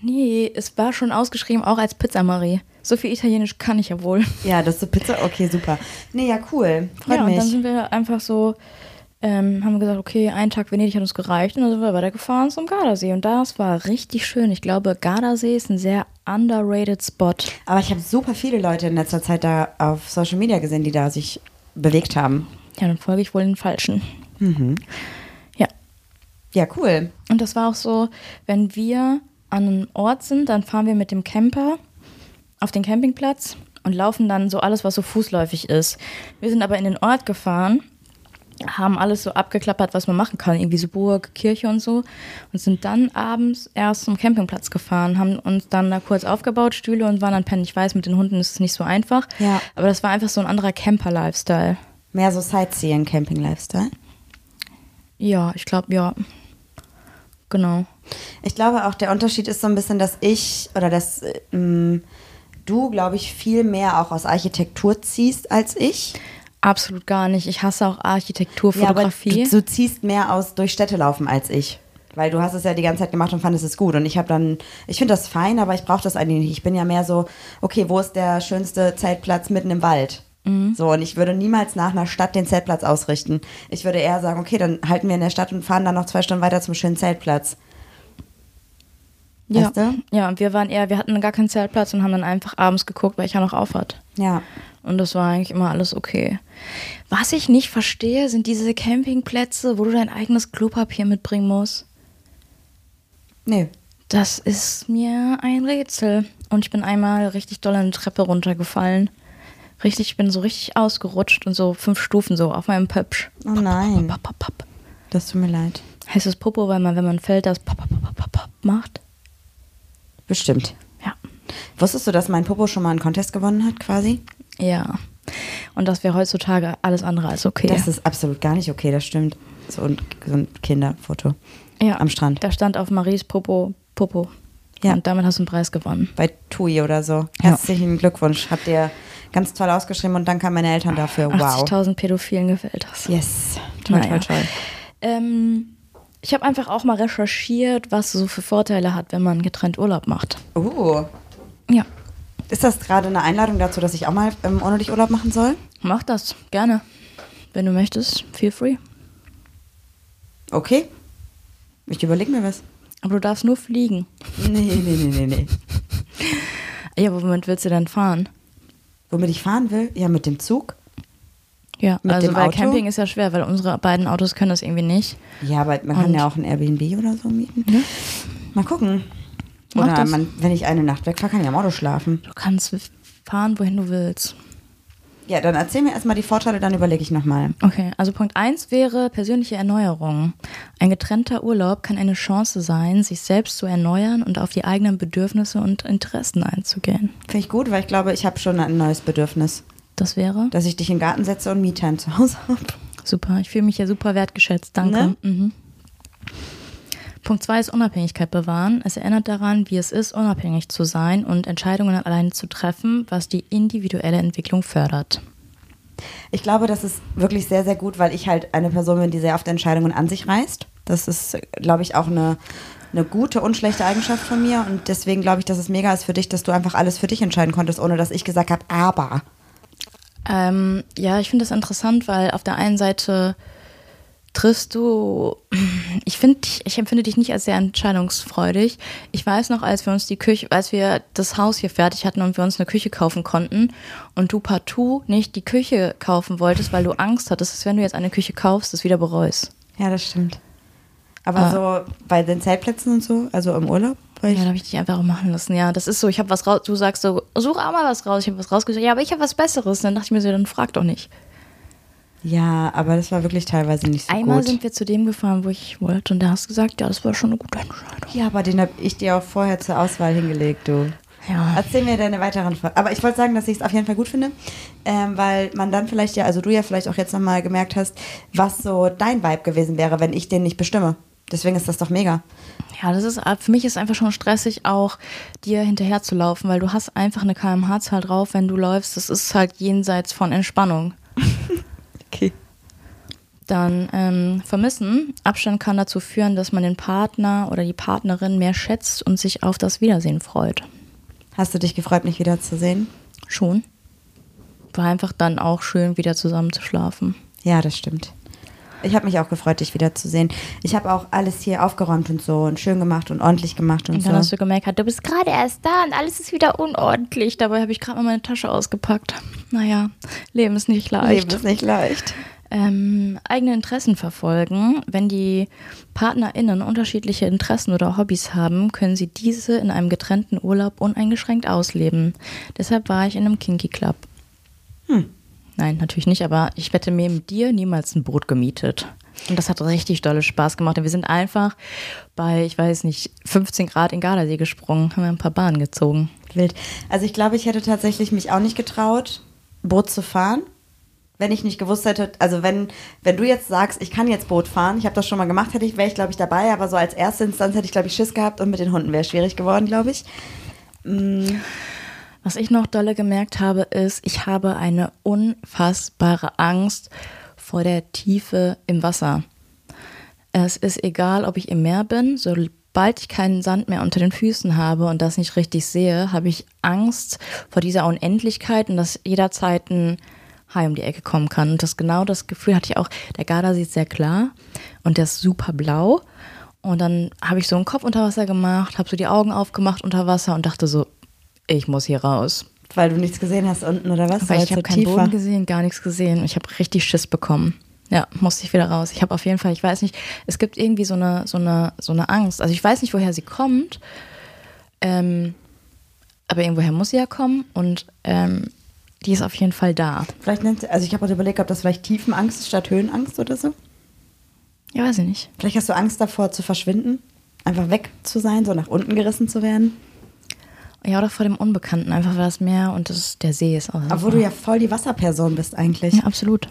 [SPEAKER 2] Nee, es war schon ausgeschrieben, auch als Pizza Marie. So viel Italienisch kann ich ja wohl.
[SPEAKER 1] Ja, das ist so Pizza. Okay, super. Nee, ja, cool. Freut
[SPEAKER 2] ja, und dann
[SPEAKER 1] mich.
[SPEAKER 2] sind wir einfach so, ähm, haben wir gesagt, okay, ein Tag Venedig hat uns gereicht und dann sind wir weitergefahren zum Gardasee. Und das war richtig schön. Ich glaube, Gardasee ist ein sehr Underrated Spot.
[SPEAKER 1] Aber ich habe super viele Leute in letzter Zeit da auf Social Media gesehen, die da sich bewegt haben.
[SPEAKER 2] Ja, dann folge ich wohl den Falschen.
[SPEAKER 1] Mhm.
[SPEAKER 2] Ja.
[SPEAKER 1] Ja, cool.
[SPEAKER 2] Und das war auch so, wenn wir an einem Ort sind, dann fahren wir mit dem Camper auf den Campingplatz und laufen dann so alles, was so fußläufig ist. Wir sind aber in den Ort gefahren, haben alles so abgeklappert, was man machen kann, irgendwie so Burg, Kirche und so, und sind dann abends erst zum Campingplatz gefahren, haben uns dann da kurz aufgebaut, Stühle und waren dann pennen. Ich weiß, mit den Hunden ist es nicht so einfach,
[SPEAKER 1] Ja.
[SPEAKER 2] aber das war einfach so ein anderer Camper-Lifestyle.
[SPEAKER 1] Mehr so Sightseeing, Camping-Lifestyle.
[SPEAKER 2] Ja, ich glaube, ja. Genau.
[SPEAKER 1] Ich glaube auch, der Unterschied ist so ein bisschen, dass ich oder dass äh, m, du, glaube ich, viel mehr auch aus Architektur ziehst als ich.
[SPEAKER 2] Absolut gar nicht. Ich hasse auch Architektur,
[SPEAKER 1] Ja,
[SPEAKER 2] Fotografie.
[SPEAKER 1] aber du, du ziehst mehr aus durch Städte laufen als ich. Weil du hast es ja die ganze Zeit gemacht und fandest es gut. Und ich habe dann, ich finde das fein, aber ich brauche das eigentlich nicht. Ich bin ja mehr so, okay, wo ist der schönste Zeltplatz mitten im Wald? So, und ich würde niemals nach einer Stadt den Zeltplatz ausrichten. Ich würde eher sagen, okay, dann halten wir in der Stadt und fahren dann noch zwei Stunden weiter zum schönen Zeltplatz.
[SPEAKER 2] ja.
[SPEAKER 1] Weißt du?
[SPEAKER 2] ja, und wir waren eher, wir hatten gar keinen Zeltplatz und haben dann einfach abends geguckt, weil ich ja noch auf hat.
[SPEAKER 1] Ja.
[SPEAKER 2] Und das war eigentlich immer alles okay. Was ich nicht verstehe, sind diese Campingplätze, wo du dein eigenes Klopapier mitbringen musst.
[SPEAKER 1] Nee.
[SPEAKER 2] Das ist mir ein Rätsel. Und ich bin einmal richtig doll eine Treppe runtergefallen. Richtig, ich bin so richtig ausgerutscht und so fünf Stufen so auf meinem Pöpsch.
[SPEAKER 1] Oh nein.
[SPEAKER 2] Pop, pop, pop.
[SPEAKER 1] Das tut mir leid.
[SPEAKER 2] Heißt das Popo, weil man, wenn man fällt, das pop, pop, pop, pop, pop macht?
[SPEAKER 1] Bestimmt.
[SPEAKER 2] Ja.
[SPEAKER 1] Wusstest du, dass mein Popo schon mal einen Contest gewonnen hat, quasi?
[SPEAKER 2] Ja. Und das wäre heutzutage alles andere als okay.
[SPEAKER 1] Das ist absolut gar nicht okay, das stimmt. So ein, so ein Kinderfoto.
[SPEAKER 2] ja.
[SPEAKER 1] am Strand.
[SPEAKER 2] Da stand auf Maries Popo, Popo.
[SPEAKER 1] Ja.
[SPEAKER 2] Und damit hast du einen Preis gewonnen.
[SPEAKER 1] bei TUI oder so.
[SPEAKER 2] Ja.
[SPEAKER 1] Herzlichen Glückwunsch. Habt ihr ganz toll ausgeschrieben und danke an meine Eltern dafür. Wow.
[SPEAKER 2] 80.000 Pädophilen gefällt das.
[SPEAKER 1] Yes. Toll,
[SPEAKER 2] Naja.
[SPEAKER 1] toll, toll.
[SPEAKER 2] Ähm, ich habe einfach auch mal recherchiert, was so für Vorteile hat, wenn man getrennt Urlaub macht.
[SPEAKER 1] Uh.
[SPEAKER 2] Ja.
[SPEAKER 1] Ist das gerade eine Einladung dazu, dass ich auch mal ähm, ohne dich Urlaub machen soll?
[SPEAKER 2] Mach das. Gerne. Wenn du möchtest, feel free.
[SPEAKER 1] Okay. Ich überlege mir was.
[SPEAKER 2] Aber du darfst nur fliegen.
[SPEAKER 1] [LAUGHS] Nee, nee, nee, nee, nee.
[SPEAKER 2] Ja, aber womit willst du denn fahren?
[SPEAKER 1] Womit ich fahren will? Ja, mit dem Zug.
[SPEAKER 2] Ja,
[SPEAKER 1] Mit
[SPEAKER 2] also
[SPEAKER 1] dem
[SPEAKER 2] weil
[SPEAKER 1] Auto?
[SPEAKER 2] Camping ist ja schwer, weil unsere beiden Autos können das irgendwie nicht.
[SPEAKER 1] Ja, aber man kann
[SPEAKER 2] Und-
[SPEAKER 1] ja auch ein Airbnb oder so mieten.
[SPEAKER 2] Ja.
[SPEAKER 1] Mal gucken.
[SPEAKER 2] Mach
[SPEAKER 1] Oder
[SPEAKER 2] das.
[SPEAKER 1] man, wenn ich eine Nacht wegfahre, kann ich am Auto schlafen.
[SPEAKER 2] Du kannst fahren, wohin du willst.
[SPEAKER 1] Ja, dann erzähl mir erstmal die Vorteile, dann überlege ich nochmal.
[SPEAKER 2] Okay, also Punkt 1 wäre persönliche Erneuerung. Ein getrennter Urlaub kann eine Chance sein, sich selbst zu erneuern und auf die eigenen Bedürfnisse und Interessen einzugehen.
[SPEAKER 1] Finde ich gut, weil ich glaube, ich habe schon ein neues Bedürfnis.
[SPEAKER 2] Das wäre
[SPEAKER 1] dass ich dich in den Garten setze und Me-Time zu Hause [LAUGHS] habe.
[SPEAKER 2] super. Ich fühle mich ja super wertgeschätzt. Danke. Mhm. Punkt 2 ist Unabhängigkeit bewahren. Es erinnert daran, wie es ist, unabhängig zu sein und Entscheidungen alleine zu treffen, was die individuelle Entwicklung fördert.
[SPEAKER 1] Ich glaube, das ist wirklich sehr, sehr gut, weil ich halt eine Person bin, die sehr oft Entscheidungen an sich reißt. Das ist, glaube ich, auch eine, eine gute und schlechte Eigenschaft von mir. Und deswegen glaube ich, dass es mega ist für dich, dass du einfach alles für dich entscheiden konntest, ohne dass ich gesagt habe, aber.
[SPEAKER 2] Ähm, ja, ich finde das interessant, weil auf der einen Seite triffst du, [CLEARS THROAT] ich finde, dich- ich empfinde dich nicht als sehr entscheidungsfreudig. Ich weiß noch, als wir uns die Küche, als wir das Haus hier fertig hatten und wir uns eine Küche kaufen konnten und du partout nicht die Küche kaufen wolltest, weil du Angst hattest, dass wenn du jetzt eine Küche kaufst, das wieder bereust.
[SPEAKER 1] Ja, das stimmt. Aber so bei den Zeltplätzen und so, also im Urlaub, war ich,
[SPEAKER 2] Ah. Ja, da habe ich dich einfach machen lassen. Ja, das ist so. Ich habe was raus. Du sagst so, such auch mal was raus. Ich habe was rausgesucht. Ja, aber ich habe was Besseres. Und dann dachte ich mir so, dann frag doch nicht.
[SPEAKER 1] ja, aber das war wirklich teilweise nicht so
[SPEAKER 2] Einmal
[SPEAKER 1] gut.
[SPEAKER 2] sind wir zu dem gefahren, wo ich wollte, und da hast du gesagt, ja, das war schon eine gute Entscheidung.
[SPEAKER 1] ja, aber den habe ich dir auch vorher zur Auswahl hingelegt, du.
[SPEAKER 2] Ja.
[SPEAKER 1] Erzähl mir deine weiteren Folgen. Aber ich wollte sagen, dass ich es auf jeden Fall gut finde, ähm, weil man dann vielleicht ja, also du ja vielleicht auch jetzt nochmal gemerkt hast, was so dein Vibe gewesen wäre, wenn ich den nicht bestimme. Deswegen ist das doch mega.
[SPEAKER 2] ja, das ist für mich ist einfach schon stressig, auch dir hinterher zu laufen, weil du hast einfach eine kmh-Zahl drauf, wenn du läufst. Das ist halt jenseits von Entspannung.
[SPEAKER 1] Okay.
[SPEAKER 2] Dann ähm, vermissen. Abstand kann dazu führen, dass man den Partner oder die Partnerin mehr schätzt und sich auf das Wiedersehen freut.
[SPEAKER 1] Hast du dich gefreut, mich wiederzusehen?
[SPEAKER 2] Schon. War einfach dann auch schön, wieder zusammen zu schlafen.
[SPEAKER 1] Ja, das stimmt. Ich habe mich auch gefreut, dich wiederzusehen. Ich habe auch alles hier aufgeräumt und so und schön gemacht und ordentlich gemacht und,
[SPEAKER 2] Und dann hast
[SPEAKER 1] so.
[SPEAKER 2] du gemerkt, du bist gerade erst da und alles ist wieder unordentlich. Dabei habe ich gerade mal meine Tasche ausgepackt. Naja, Leben ist nicht leicht.
[SPEAKER 1] Leben ist nicht leicht.
[SPEAKER 2] Ähm, eigene Interessen verfolgen. Wenn die PartnerInnen unterschiedliche Interessen oder Hobbys haben, können sie diese in einem getrennten Urlaub uneingeschränkt ausleben. Deshalb war ich in einem Kinky Club. Nein, natürlich nicht, aber ich hätte mir mit dir niemals ein Boot gemietet. Und das hat richtig dolle Spaß gemacht. Und wir sind einfach bei, ich weiß nicht, 15 Grad in Gardasee gesprungen, haben wir ein paar Bahnen gezogen.
[SPEAKER 1] Wild. Also ich glaube, ich hätte tatsächlich mich auch nicht getraut, Boot zu fahren. Wenn ich nicht gewusst hätte, also wenn, wenn du jetzt sagst, ich kann jetzt Boot fahren, ich habe das schon mal gemacht, hätte ich, wäre ich, glaube ich, dabei, aber so als erste Instanz hätte ich, glaube ich, Schiss gehabt und mit den Hunden wäre schwierig geworden, glaube ich.
[SPEAKER 2] Was ich noch dolle gemerkt habe, ist, ich habe eine unfassbare Angst vor der Tiefe im Wasser. Es ist egal, ob ich im Meer bin, sobald ich keinen Sand mehr unter den Füßen habe und das nicht richtig sehe, habe ich Angst vor dieser Unendlichkeit und dass jederzeit ein Hai um die Ecke kommen kann. Und das genau das Gefühl hatte ich auch. Der Gardasee ist sehr klar und der ist super blau. Und dann habe ich so einen Kopf unter Wasser gemacht, habe so die Augen aufgemacht unter Wasser und dachte so, ich muss hier raus.
[SPEAKER 1] Weil du nichts gesehen hast unten oder was?
[SPEAKER 2] Weil
[SPEAKER 1] Weil es
[SPEAKER 2] ich habe
[SPEAKER 1] so
[SPEAKER 2] keinen
[SPEAKER 1] tief war.
[SPEAKER 2] Boden gesehen, gar nichts gesehen. Ich habe richtig Schiss bekommen. Ja, musste ich wieder raus. Ich habe auf jeden Fall, ich weiß nicht, es gibt irgendwie so eine, so eine, so eine Angst. Also ich weiß nicht, woher sie kommt. Ähm, aber irgendwoher muss sie ja kommen und ähm, die ist auf jeden Fall da.
[SPEAKER 1] Vielleicht nennt, also ich habe auch überlegt, ob das vielleicht Tiefenangst statt Höhenangst oder so.
[SPEAKER 2] Ja, weiß ich nicht.
[SPEAKER 1] Vielleicht hast du Angst davor zu verschwinden, einfach weg zu sein, so nach unten gerissen zu werden.
[SPEAKER 2] Ja, oder vor dem Unbekannten, einfach weil das Meer und das, der See ist auch.
[SPEAKER 1] Obwohl du ja voll die Wasserperson bist eigentlich.
[SPEAKER 2] Ja, absolut.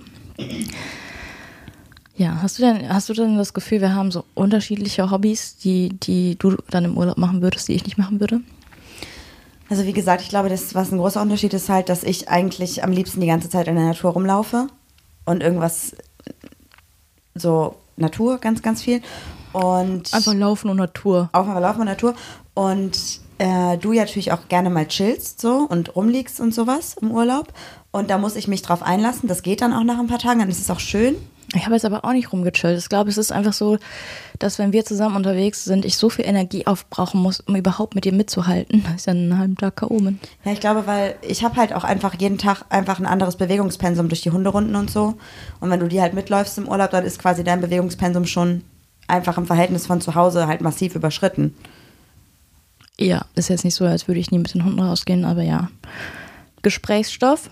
[SPEAKER 2] Ja, hast du denn, hast du denn das Gefühl, wir haben so unterschiedliche Hobbys, die, die du dann im Urlaub machen würdest, die ich nicht machen würde?
[SPEAKER 1] Also wie gesagt, ich glaube, das, was ein großer Unterschied ist halt, dass ich eigentlich am liebsten die ganze Zeit in der Natur rumlaufe und irgendwas so Natur ganz, ganz viel. Und
[SPEAKER 2] Einfach laufen und Natur.
[SPEAKER 1] auf einmal laufen und Natur. Und äh, du ja natürlich auch gerne mal chillst so und rumliegst und sowas im Urlaub. Und da muss ich mich drauf einlassen. Das geht dann auch nach ein paar Tagen, dann ist es auch schön.
[SPEAKER 2] Ich habe jetzt aber auch nicht rumgechillt. Ich glaube, es ist einfach so, dass wenn wir zusammen unterwegs sind, ich so viel Energie aufbrauchen muss, um überhaupt mit dir mitzuhalten, dass ich dann einen halben Tag K.O. bin.
[SPEAKER 1] Ja, ich glaube, weil ich habe halt auch einfach jeden Tag einfach ein anderes Bewegungspensum durch die Hunderunden und so. Und wenn du die halt mitläufst im Urlaub, dann ist quasi dein Bewegungspensum schon einfach im Verhältnis von zu Hause halt massiv überschritten.
[SPEAKER 2] Ja, ist jetzt nicht so, als würde ich nie mit den Hunden rausgehen, aber ja. Gesprächsstoff.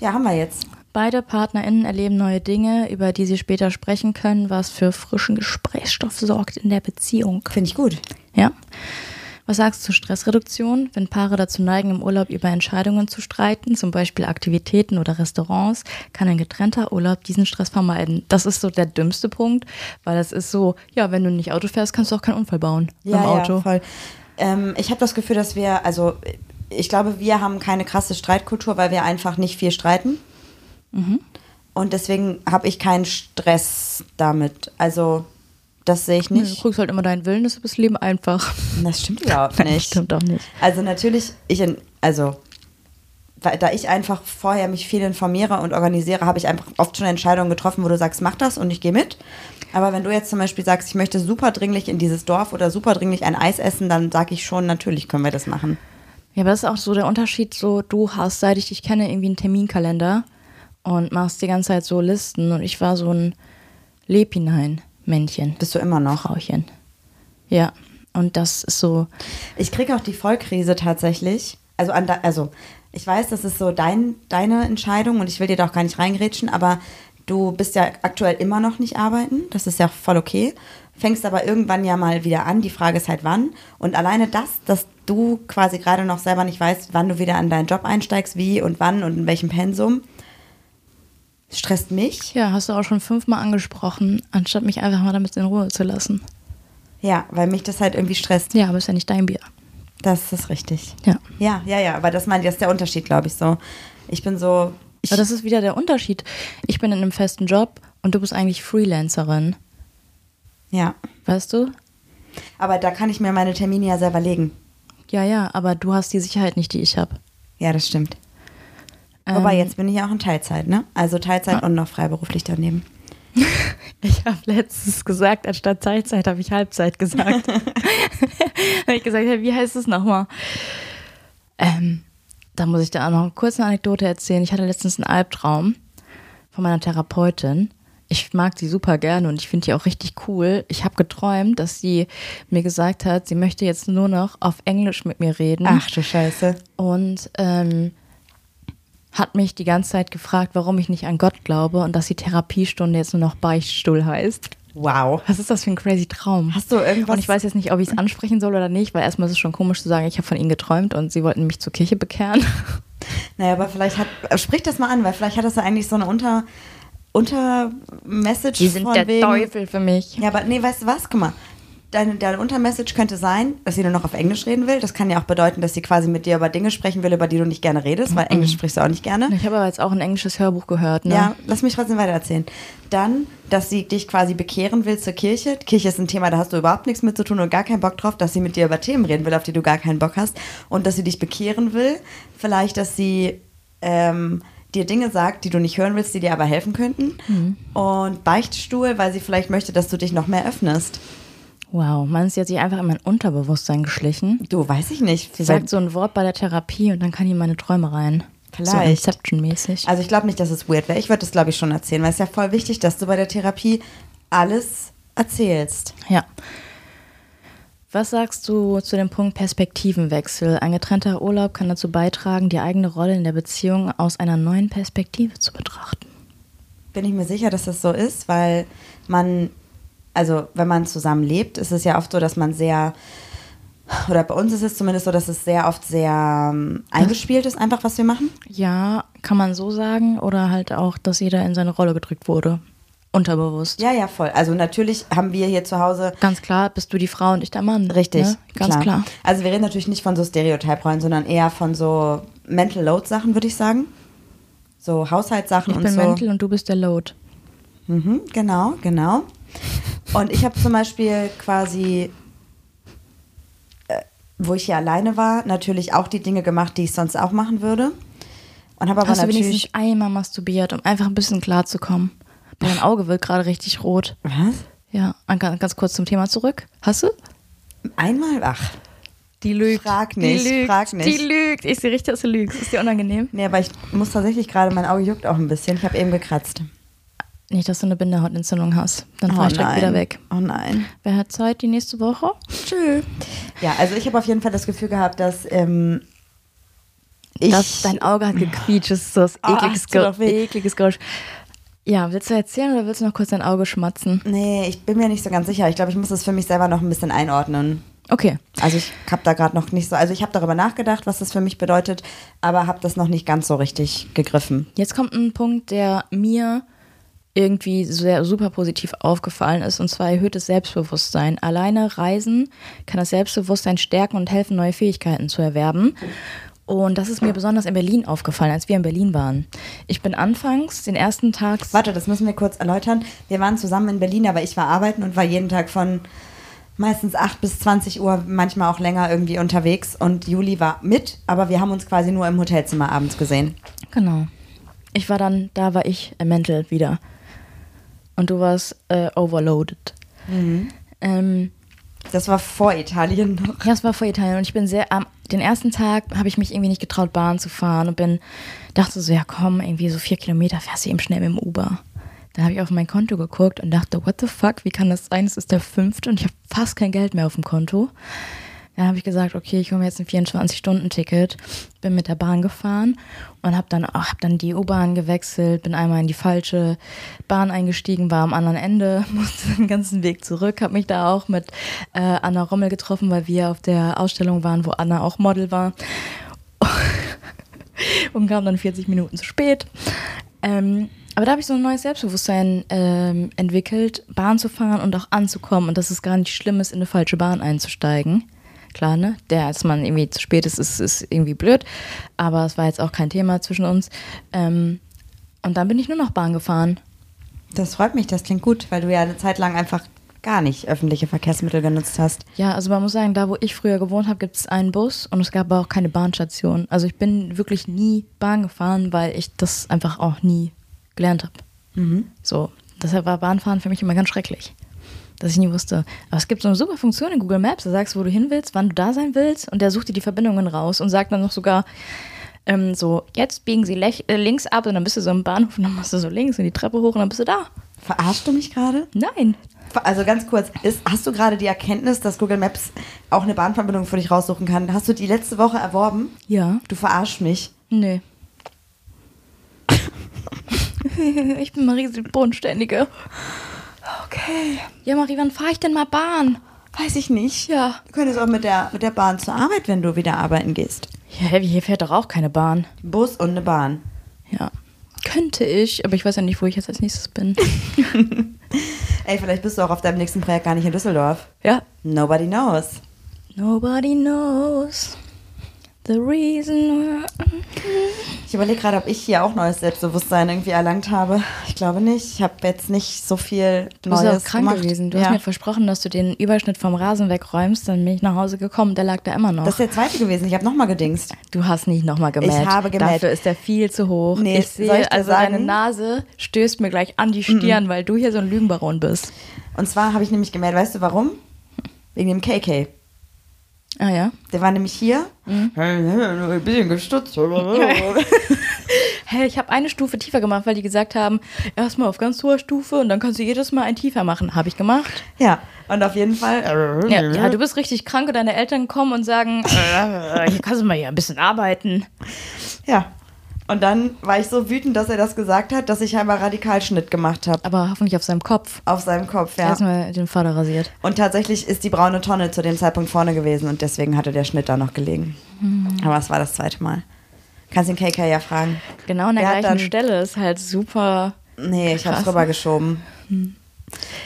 [SPEAKER 1] Ja, haben wir jetzt.
[SPEAKER 2] Beide PartnerInnen erleben neue Dinge, über die sie später sprechen können, was für frischen Gesprächsstoff sorgt in der Beziehung.
[SPEAKER 1] Finde ich gut.
[SPEAKER 2] Ja. Was sagst du zur Stressreduktion, wenn Paare dazu neigen, im Urlaub über Entscheidungen zu streiten, zum Beispiel Aktivitäten oder Restaurants, kann ein getrennter Urlaub diesen Stress vermeiden. Das ist so der dümmste Punkt, weil das ist so, ja, wenn du nicht Auto fährst, kannst du auch keinen Unfall bauen beim Auto.
[SPEAKER 1] Ja, voll. Ähm, ich habe das Gefühl, dass wir, also ich glaube, wir haben keine krasse Streitkultur, weil wir einfach nicht viel streiten.
[SPEAKER 2] Mhm.
[SPEAKER 1] Und deswegen habe ich keinen Stress damit. Also das sehe ich
[SPEAKER 2] Nee,
[SPEAKER 1] nicht.
[SPEAKER 2] Du kriegst halt immer deinen Willen, das ist das Leben einfach.
[SPEAKER 1] Das stimmt überhaupt
[SPEAKER 2] [LAUGHS] Nein, das
[SPEAKER 1] nicht.
[SPEAKER 2] stimmt auch nicht.
[SPEAKER 1] Also natürlich, ich in, also weil- da ich einfach vorher mich viel informiere und organisiere, habe ich einfach oft schon Entscheidungen getroffen, wo du sagst, mach das und ich gehe mit. Aber wenn du jetzt zum Beispiel sagst, ich möchte super dringlich in dieses Dorf oder super dringlich ein Eis essen, dann sage ich schon, natürlich können wir das machen.
[SPEAKER 2] Ja, aber das ist auch so der Unterschied, so du hast, seit ich dich kenne, irgendwie einen Terminkalender und machst die ganze Zeit so Listen und ich war so ein Leb hinein Männchen,
[SPEAKER 1] Bist du immer noch.
[SPEAKER 2] Frauchen. Ja, und das ist so,
[SPEAKER 1] Ich kriege auch die Vollkrise tatsächlich. Also, an da, also ich weiß, das ist so dein, deine Entscheidung und ich will dir da auch gar nicht reingrätschen, aber du bist ja aktuell immer noch nicht arbeiten. Das ist ja voll okay. Fängst aber irgendwann ja mal wieder an. Die Frage ist halt wann. Und alleine das, dass du quasi gerade noch selber nicht weißt, wann du wieder an deinen Job einsteigst, wie und wann und in welchem Pensum, stresst mich.
[SPEAKER 2] ja, hast du auch schon fünfmal angesprochen, anstatt mich einfach mal damit in Ruhe zu lassen.
[SPEAKER 1] Ja, weil mich das halt irgendwie stresst.
[SPEAKER 2] Ja, aber ist ja nicht dein Bier.
[SPEAKER 1] Das ist richtig.
[SPEAKER 2] Ja.
[SPEAKER 1] Ja, ja, ja, aber das meine ich, das ist der Unterschied, glaube ich, so. Ich bin so. Ich,
[SPEAKER 2] Aber das ist wieder der Unterschied. Ich bin in einem festen Job und du bist eigentlich Freelancerin,
[SPEAKER 1] ja.
[SPEAKER 2] weißt du?
[SPEAKER 1] Aber da kann ich mir meine Termine ja selber legen.
[SPEAKER 2] Ja, ja, aber du hast die Sicherheit nicht, die ich habe.
[SPEAKER 1] Ja, das stimmt.
[SPEAKER 2] Ähm. Ah.
[SPEAKER 1] Wobei, jetzt bin ich ja auch in Teilzeit, ne? Also Teilzeit und noch freiberuflich daneben.
[SPEAKER 2] [LAUGHS] Ich habe letztens gesagt, anstatt Teilzeit habe ich Halbzeit gesagt. habe ich gesagt, hey, wie heißt es nochmal? Ähm, da muss ich dir auch noch eine kurze Anekdote erzählen. Ich hatte letztens einen Albtraum von meiner Therapeutin. Ich mag sie super gerne und ich finde die auch richtig cool. Ich habe geträumt, dass sie mir gesagt hat, sie möchte jetzt nur noch auf Englisch mit mir reden
[SPEAKER 1] Ach du Scheiße.
[SPEAKER 2] und ähm, hat mich die ganze Zeit gefragt, warum ich nicht an Gott glaube und dass die Therapiestunde jetzt nur noch Beichtstuhl heißt.
[SPEAKER 1] Wow.
[SPEAKER 2] Was ist das für ein crazy Traum?
[SPEAKER 1] Hast du irgendwas-
[SPEAKER 2] Und ich weiß jetzt nicht, ob ich es ansprechen soll oder nicht, weil erstmal ist es schon komisch zu sagen, ich habe von ihnen geträumt und sie wollten mich zur Kirche
[SPEAKER 1] [LAUGHS]
[SPEAKER 2] bekehren.
[SPEAKER 1] Naja, aber vielleicht hat, äh, sprich das mal an, weil vielleicht hat das ja eigentlich so eine Unter, Untermessage
[SPEAKER 4] Die sind
[SPEAKER 1] von
[SPEAKER 4] der
[SPEAKER 1] wegen,
[SPEAKER 2] Teufel für mich.
[SPEAKER 1] Ja, aber nee, weißt du was? Guck mal. Deine, deine Untermessage könnte sein, dass sie nur noch auf Englisch reden will. Das kann ja auch bedeuten, dass sie quasi mit dir über Dinge sprechen will, über die du nicht gerne
[SPEAKER 2] Mhm.
[SPEAKER 1] redest, weil Englisch sprichst du auch nicht gerne.
[SPEAKER 2] Ich habe aber jetzt auch ein englisches Hörbuch gehört. Ne?
[SPEAKER 1] Ja, lass mich trotzdem weitererzählen. Dann, dass sie dich quasi bekehren will zur Kirche. Kirche ist ein Thema, da hast du überhaupt nichts mit zu tun und gar keinen Bock drauf, dass sie mit dir über Themen reden will, auf die du gar keinen Bock hast. Und dass sie dich bekehren will. Vielleicht, dass sie ähm, dir Dinge sagt, die du nicht hören willst, die dir aber helfen könnten. Und Beichtstuhl, weil sie vielleicht möchte, dass du dich noch mehr öffnest.
[SPEAKER 2] Wow, man ist jetzt sich einfach in mein Unterbewusstsein geschlichen.
[SPEAKER 1] Du, weiß ich nicht.
[SPEAKER 2] Sie sagt so ein Wort bei der Therapie und dann kann die in meine Träume rein. So
[SPEAKER 1] Vielleicht.
[SPEAKER 2] Inception-mäßig.
[SPEAKER 1] Also ich glaube nicht, dass es weird wäre. Ich würde es, glaube ich, schon erzählen, weil es ist ja voll wichtig, dass du bei der Therapie alles erzählst.
[SPEAKER 2] Ja. Was sagst du zu dem Punkt Perspektivenwechsel? Ein getrennter Urlaub kann dazu beitragen, die eigene Rolle in der Beziehung aus einer neuen Perspektive zu betrachten.
[SPEAKER 1] Bin ich mir sicher, dass das so ist, weil man, also wenn man zusammen lebt, ist es ja oft so, dass man sehr, oder bei uns ist es zumindest so, dass es sehr oft sehr ähm, eingespielt ist, einfach was wir machen.
[SPEAKER 2] Ja, kann man so sagen oder halt auch, dass jeder in seine Rolle gedrückt wurde. Unterbewusst.
[SPEAKER 1] Ja, ja, voll. Also natürlich haben wir hier zu Hause
[SPEAKER 2] Ganz klar, bist du die Frau und ich der Mann.
[SPEAKER 1] Richtig,
[SPEAKER 2] ne? Ganz klar.
[SPEAKER 1] Also wir reden natürlich nicht von so Stereotype-Rollen, sondern eher von so Mental Load-Sachen, würde ich sagen. So Haushaltssachen
[SPEAKER 2] Ich
[SPEAKER 1] und
[SPEAKER 2] bin
[SPEAKER 1] so.
[SPEAKER 2] Mental und du bist der Load.
[SPEAKER 1] Mhm, genau, genau. Und ich habe zum Beispiel quasi, äh, wo ich hier alleine war, natürlich auch die Dinge gemacht, die ich sonst auch machen würde. Und habe aber
[SPEAKER 2] Hast du wenigstens
[SPEAKER 1] natürlich.
[SPEAKER 2] nicht einmal masturbiert, um einfach ein bisschen klarzukommen? Dein Auge wird gerade richtig rot.
[SPEAKER 1] Was?
[SPEAKER 2] Ja, an- ganz kurz zum Thema zurück. Hast du?
[SPEAKER 1] Einmal? Ach.
[SPEAKER 2] Die lügt.
[SPEAKER 1] Frag nicht,
[SPEAKER 2] die lügt,
[SPEAKER 1] frag nicht.
[SPEAKER 2] Die lügt. Ich sehe richtig, dass du lügst. Ist dir unangenehm?
[SPEAKER 1] Nee, aber ich muss tatsächlich gerade, mein Auge juckt auch ein bisschen. Ich habe eben gekratzt.
[SPEAKER 2] Nicht, dass du eine Bindehautentzündung hast. Dann fahr ich direkt
[SPEAKER 1] nein.
[SPEAKER 2] wieder weg.
[SPEAKER 1] Oh nein.
[SPEAKER 2] Wer hat Zeit die nächste Woche? Tschüss.
[SPEAKER 1] Ja, also ich habe auf jeden Fall das Gefühl gehabt, dass ähm, ich.
[SPEAKER 2] das, dein Auge hat gequietscht. Das ist so das
[SPEAKER 1] Ah,
[SPEAKER 2] ekliges,
[SPEAKER 1] tut doch
[SPEAKER 2] Ge-
[SPEAKER 1] weh.
[SPEAKER 2] ekliges Geräusch. Ja, willst du erzählen oder willst du noch kurz dein Auge schmatzen?
[SPEAKER 1] nee, ich bin mir nicht so ganz sicher. Ich glaube, ich muss das für mich selber noch ein bisschen einordnen.
[SPEAKER 2] Okay.
[SPEAKER 1] Also ich habe da gerade noch nicht so, also ich habe darüber nachgedacht, was das für mich bedeutet, aber habe das noch nicht ganz so richtig gegriffen.
[SPEAKER 2] Jetzt kommt ein Punkt, der mir irgendwie sehr super positiv aufgefallen ist, und zwar erhöhtes Selbstbewusstsein. Alleine Reisen kann das Selbstbewusstsein stärken und helfen, neue Fähigkeiten zu erwerben. Und das ist mir besonders in Berlin aufgefallen, als wir in Berlin waren. Ich bin anfangs den ersten Tag.
[SPEAKER 1] Warte, das müssen wir kurz erläutern. Wir waren zusammen in Berlin, aber ich war arbeiten und war jeden Tag von meistens 8 bis 20 Uhr, manchmal auch länger irgendwie unterwegs und Juli war mit, aber wir haben uns quasi nur im Hotelzimmer abends gesehen.
[SPEAKER 2] Genau. Ich war dann, da war ich äh, mental wieder. Und du warst äh, overloaded. Ähm,
[SPEAKER 1] Das war vor Italien noch.
[SPEAKER 2] Ja, es war vor Italien und ich bin sehr am den ersten Tag habe ich mich irgendwie nicht getraut, Bahn zu fahren und bin dachte so, ja komm, irgendwie so vier Kilometer fährst du eben schnell mit dem Uber. Dann habe ich auf mein Konto geguckt und dachte, what the fuck, wie kann das sein? Es ist der fünfte und ich habe fast kein Geld mehr auf dem Konto. Dann habe ich gesagt, okay, ich hole mir jetzt ein 24-Stunden-Ticket, bin mit der Bahn gefahren und habe dann, hab dann die U-Bahn gewechselt, bin einmal in die falsche Bahn eingestiegen, war am anderen Ende, [LAUGHS] musste den ganzen Weg zurück, habe mich da auch mit äh, Anna Rommel getroffen, weil wir auf der Ausstellung waren, wo Anna auch Model war [LAUGHS] und kam dann 40 Minuten zu spät. Ähm, aber da habe ich so ein neues Selbstbewusstsein ähm, entwickelt, Bahn zu fahren und auch anzukommen und dass es gar nicht schlimm ist, in eine falsche Bahn einzusteigen. Klar, ne? Der, als man irgendwie zu spät ist, ist, ist irgendwie blöd, aber es war jetzt auch kein Thema zwischen uns. Ähm, und dann bin ich nur noch Bahn gefahren.
[SPEAKER 1] Das freut mich, das klingt gut, weil du ja eine Zeit lang einfach gar nicht öffentliche Verkehrsmittel genutzt hast.
[SPEAKER 2] Ja, also man muss sagen, da wo ich früher gewohnt habe, gibt es einen Bus und es gab aber auch keine Bahnstation. Also ich bin wirklich nie Bahn gefahren, weil ich das einfach auch nie gelernt habe. So, Deshalb war Bahnfahren für mich immer ganz schrecklich. Dass ich nie wusste. Aber es gibt so eine super Funktion in Google Maps, da sagst du, wo du hin willst, wann du da sein willst und der sucht dir die Verbindungen raus und sagt dann noch sogar ähm, so, jetzt biegen sie lech- äh, links ab und dann bist du so im Bahnhof und dann machst du so links und die Treppe hoch und dann bist du da.
[SPEAKER 1] Verarschst du mich gerade?
[SPEAKER 2] Nein.
[SPEAKER 1] Also ganz kurz, ist, hast du gerade die Erkenntnis, dass Google Maps auch eine Bahnverbindung für dich raussuchen kann? Hast du die letzte Woche erworben?
[SPEAKER 2] Ja.
[SPEAKER 1] Du verarsch mich.
[SPEAKER 2] Nee. [LAUGHS] ich bin Marie die Bodenständige.
[SPEAKER 1] Okay.
[SPEAKER 2] Ja, Marie, wann fahre ich denn mal Bahn?
[SPEAKER 1] Weiß ich nicht.
[SPEAKER 2] Ja.
[SPEAKER 1] Du könntest auch mit der, mit der Bahn zur Arbeit, wenn du wieder arbeiten gehst.
[SPEAKER 2] Ja, Heavy, hier fährt doch auch keine Bahn.
[SPEAKER 1] Bus und eine Bahn.
[SPEAKER 2] Ja. Könnte ich, aber ich weiß ja nicht, wo ich jetzt als nächstes [LAUGHS] bin.
[SPEAKER 1] Ey, vielleicht bist du auch auf deinem nächsten Projekt gar nicht in Düsseldorf.
[SPEAKER 2] ja.
[SPEAKER 1] Nobody knows.
[SPEAKER 2] Nobody knows the reason why.
[SPEAKER 1] Ich überlege gerade, ob ich hier auch neues Selbstbewusstsein irgendwie erlangt habe. Ich glaube nicht. Ich habe jetzt nicht so viel
[SPEAKER 2] Du
[SPEAKER 1] Neues
[SPEAKER 2] bist Oh, ja auch krank
[SPEAKER 1] gemacht.
[SPEAKER 2] gewesen. Du
[SPEAKER 1] ja.
[SPEAKER 2] hast mir versprochen, dass du den Überschnitt vom Rasen wegräumst. Dann bin ich nach Hause gekommen. Der lag da immer noch.
[SPEAKER 1] das ist der zweite gewesen. Ich habe nochmal gedingst.
[SPEAKER 2] Du hast nicht nochmal gemäht.
[SPEAKER 1] Ich habe gemäht.
[SPEAKER 2] Dafür ist der viel zu hoch.
[SPEAKER 1] Nee,
[SPEAKER 2] ich sehe,
[SPEAKER 1] soll ich dir
[SPEAKER 2] also
[SPEAKER 1] sagen?
[SPEAKER 2] deine Nase stößt mir gleich an die Stirn, weil du hier so ein Lügenbaron bist.
[SPEAKER 1] Und zwar habe ich nämlich gemerkt, weißt du warum? Wegen dem KK.
[SPEAKER 2] Ah ja.
[SPEAKER 1] Der war nämlich hier. Ein bisschen gestutzt. Ey,
[SPEAKER 2] Hey, ich habe eine Stufe tiefer gemacht, weil die gesagt haben, erstmal auf ganz hoher Stufe und dann kannst du jedes Mal ein tiefer machen. Habe ich gemacht.
[SPEAKER 1] [LAUGHS] Ja, und auf jeden Fall.
[SPEAKER 2] Ja, ja, du bist richtig krank und deine Eltern kommen und sagen, äh, hier kannst du mal hier ein bisschen arbeiten.
[SPEAKER 1] Ja. Und dann war ich so wütend, dass er das gesagt hat, dass ich einmal Radikalschnitt gemacht habe.
[SPEAKER 2] Aber hoffentlich auf seinem Kopf.
[SPEAKER 1] Auf seinem Kopf, ja.
[SPEAKER 2] Erstmal den Vater rasiert.
[SPEAKER 1] Und tatsächlich ist die braune Tonne zu dem Zeitpunkt vorne gewesen und deswegen hatte der Schnitt da noch gelegen. Aber es war das zweite Mal. Kannst den KK ja fragen.
[SPEAKER 2] Genau an der,
[SPEAKER 1] Der hat
[SPEAKER 2] gleichen
[SPEAKER 1] dann-
[SPEAKER 2] Stelle ist halt super.
[SPEAKER 1] Nee, ich hab's
[SPEAKER 2] Krass. Hm.
[SPEAKER 1] rübergeschoben.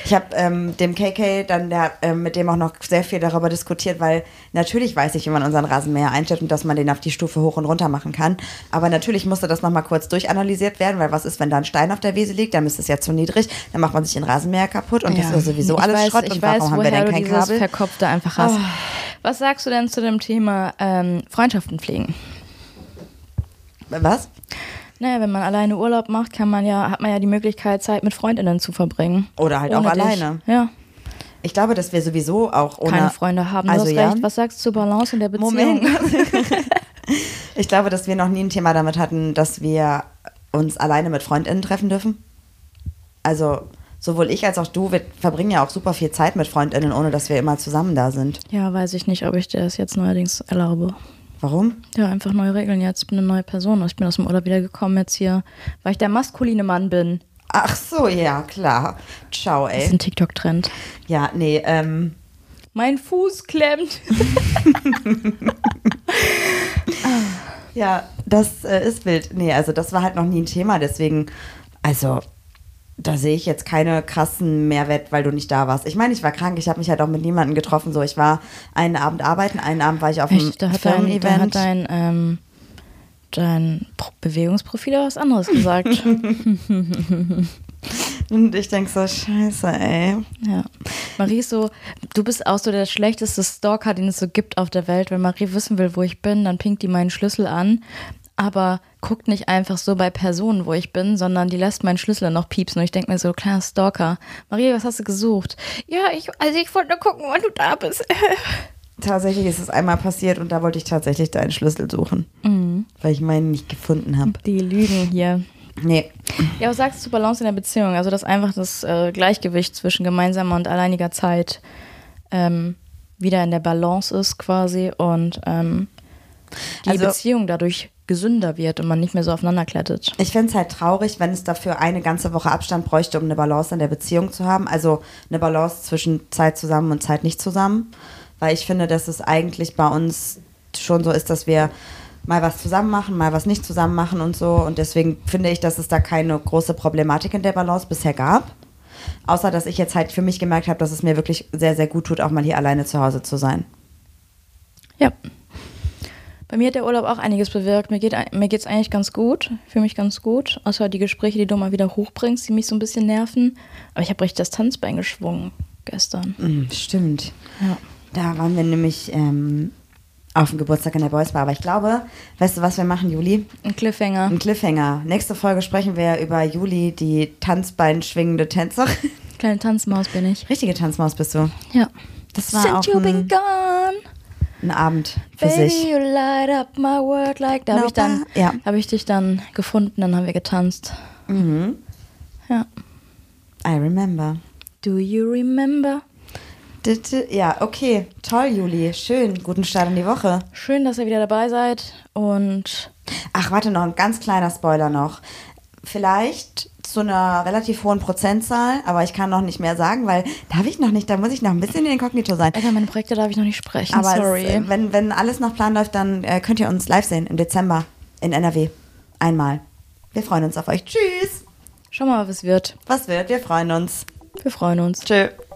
[SPEAKER 1] Ich habe ähm, dem KK dann der, ähm, mit dem auch noch sehr viel darüber diskutiert, weil natürlich weiß ich, wie man unseren Rasenmäher einstellt und dass man den auf die Stufe hoch und runter machen kann. Aber natürlich musste das nochmal kurz durchanalysiert werden, weil was ist, wenn da ein Stein auf der Wiese liegt, dann ist es ja zu niedrig, dann macht man sich den Rasenmäher kaputt und das ist ja sowieso
[SPEAKER 2] ich
[SPEAKER 1] alles
[SPEAKER 2] weiß,
[SPEAKER 1] Schrott.
[SPEAKER 2] Ich
[SPEAKER 1] und
[SPEAKER 2] weiß,
[SPEAKER 1] warum haben wir
[SPEAKER 2] woher
[SPEAKER 1] denn
[SPEAKER 2] du
[SPEAKER 1] kein
[SPEAKER 2] dieses
[SPEAKER 1] Kabel? Oh.
[SPEAKER 2] Verkopfte einfach hast. Was sagst du denn zu dem Thema ähm, Freundschaften pflegen?
[SPEAKER 1] Was?
[SPEAKER 2] Naja, wenn man alleine Urlaub macht, kann man ja, hat man ja die Möglichkeit, Zeit mit Freundinnen zu verbringen.
[SPEAKER 1] Oder halt
[SPEAKER 2] Ohne
[SPEAKER 1] auch
[SPEAKER 2] dich.
[SPEAKER 1] alleine.
[SPEAKER 2] Ja,
[SPEAKER 1] Ich glaube, dass wir sowieso auch ohne
[SPEAKER 2] keine Freunde haben. Du
[SPEAKER 1] Also
[SPEAKER 2] hast
[SPEAKER 1] ja.
[SPEAKER 2] recht. Was sagst du zur Balance in der Beziehung?
[SPEAKER 1] Moment. [LAUGHS] ich glaube, dass wir noch nie ein Thema damit hatten, dass wir uns alleine mit FreundInnen treffen dürfen. Also sowohl ich als auch du, wir verbringen ja auch super viel Zeit mit FreundInnen, ohne dass wir immer zusammen da sind.
[SPEAKER 2] [LAUGHS] Ja, weiß ich nicht, ob ich dir das jetzt neuerdings erlaube.
[SPEAKER 1] Warum?
[SPEAKER 2] Ja, einfach neue Regeln. Jetzt bin ich eine neue Person. Ich bin aus dem Urlaub wiedergekommen jetzt hier, weil ich der maskuline Mann bin.
[SPEAKER 1] Ach so, ja, klar. Ciao,
[SPEAKER 2] Das ist
[SPEAKER 1] ey.
[SPEAKER 2] ein TikTok-Trend.
[SPEAKER 1] Ja, nee, ähm,
[SPEAKER 2] Mein Fuß klemmt.
[SPEAKER 1] ja, das äh, ist wild. Nee, also das war halt noch nie ein Thema, deswegen, also da sehe ich jetzt keine krassen Mehrwert, weil du nicht da warst. Ich meine, ich war krank, ich habe mich halt auch mit niemandem getroffen, so ich war einen Abend arbeiten, einen Abend war ich auf einem
[SPEAKER 2] Echt, da hat dein, da hat
[SPEAKER 1] Firmen-Event.
[SPEAKER 2] dein, ähm, dein Pro- Bewegungsprofil aber was anderes [LAUGHS] gesagt.
[SPEAKER 1] Und ich denke so, scheiße, ey.
[SPEAKER 2] ja. Marie ist so, du bist auch so der schlechteste Stalker, den es so gibt auf der Welt. Wenn Marie wissen will, wo ich bin, dann pinkt die meinen Schlüssel an. Aber guckt nicht einfach so bei Personen, wo ich bin, sondern die lässt meinen Schlüssel noch piepsen. Und ich denke mir so, kleiner Stalker. Marie, was hast du gesucht? Ja, ich, also ich wollte nur gucken, wann du da bist.
[SPEAKER 1] Tatsächlich ist es einmal passiert und da wollte ich tatsächlich deinen Schlüssel suchen,
[SPEAKER 2] Mhm.
[SPEAKER 1] weil ich meinen nicht gefunden habe.
[SPEAKER 2] die Lügen hier.
[SPEAKER 1] Nee,
[SPEAKER 2] Ja, was sagst du zur Balance in der Beziehung? Also, dass einfach das äh, Gleichgewicht zwischen gemeinsamer und alleiniger Zeit ähm, wieder in der Balance ist quasi und ähm, die
[SPEAKER 1] Also-
[SPEAKER 2] Beziehung dadurch gesünder wird und man nicht mehr so aufeinander klettet.
[SPEAKER 1] Ich fände es halt traurig, wenn es dafür eine ganze Woche Abstand bräuchte, um eine Balance in der Beziehung zu haben. Also eine Balance zwischen Zeit zusammen und Zeit nicht zusammen. Weil ich finde, dass es eigentlich bei uns schon so ist, dass wir mal was zusammen machen, mal was nicht zusammen machen und so. Und deswegen finde ich, dass es da keine große Problematik in der Balance bisher gab. Außer, dass ich jetzt halt für mich gemerkt habe, dass es mir wirklich sehr, sehr gut tut, auch mal hier alleine zu Hause zu sein.
[SPEAKER 2] Ja. Bei mir hat der Urlaub auch einiges bewirkt. Mir geht ein- mir geht's eigentlich ganz gut, fühle mich ganz gut. Außer die Gespräche, die du mal wieder hochbringst, die mich so ein bisschen nerven. Aber ich habe recht das Tanzbein geschwungen gestern.
[SPEAKER 1] Mm, Stimmt.
[SPEAKER 2] Ja.
[SPEAKER 1] Da waren wir nämlich ähm, auf dem Geburtstag in der Boys Bar. Aber ich glaube, weißt du, was wir machen, Juli?
[SPEAKER 2] Ein Cliffhanger.
[SPEAKER 1] Ein Cliffhanger. Nächste Folge sprechen wir über Juli, die Tanzbein schwingende Tänzerin.
[SPEAKER 2] [LAUGHS] Kleine Tanzmaus bin ich.
[SPEAKER 1] Richtige Tanzmaus bist du.
[SPEAKER 2] Ja.
[SPEAKER 1] Das war
[SPEAKER 2] Since
[SPEAKER 1] auch
[SPEAKER 2] you been
[SPEAKER 1] ein,
[SPEAKER 2] gone,
[SPEAKER 1] ein Abend für
[SPEAKER 2] baby,
[SPEAKER 1] sich.
[SPEAKER 2] you light up my world like. Da habe ich dann,
[SPEAKER 1] Nobody- ja.
[SPEAKER 2] habe ich dich dann gefunden, dann haben wir getanzt. Ja.
[SPEAKER 1] Mhm. I remember.
[SPEAKER 2] Do you remember?
[SPEAKER 1] Ditte- Ja, okay. Toll, Juli. Schön. Guten Start in die Woche.
[SPEAKER 2] Schön, dass ihr wieder dabei seid und
[SPEAKER 1] Ach, warte noch, ein ganz kleiner Spoiler noch. Vielleicht zu einer relativ hohen Prozentzahl, aber ich kann noch nicht mehr sagen, weil darf ich noch nicht, da muss ich noch ein bisschen inkognito sein.
[SPEAKER 2] Alter, meine Projekte darf ich noch nicht sprechen.
[SPEAKER 1] Aber
[SPEAKER 2] Sorry.
[SPEAKER 1] Es, äh, wenn, wenn alles nach Plan läuft, dann äh, könnt ihr uns live sehen im Dezember in NRW. Einmal. Wir freuen uns auf euch. Tschüss.
[SPEAKER 2] Schau mal, was wird.
[SPEAKER 1] Was wird? Wir freuen uns.
[SPEAKER 2] Wir freuen uns.
[SPEAKER 1] Tschüss.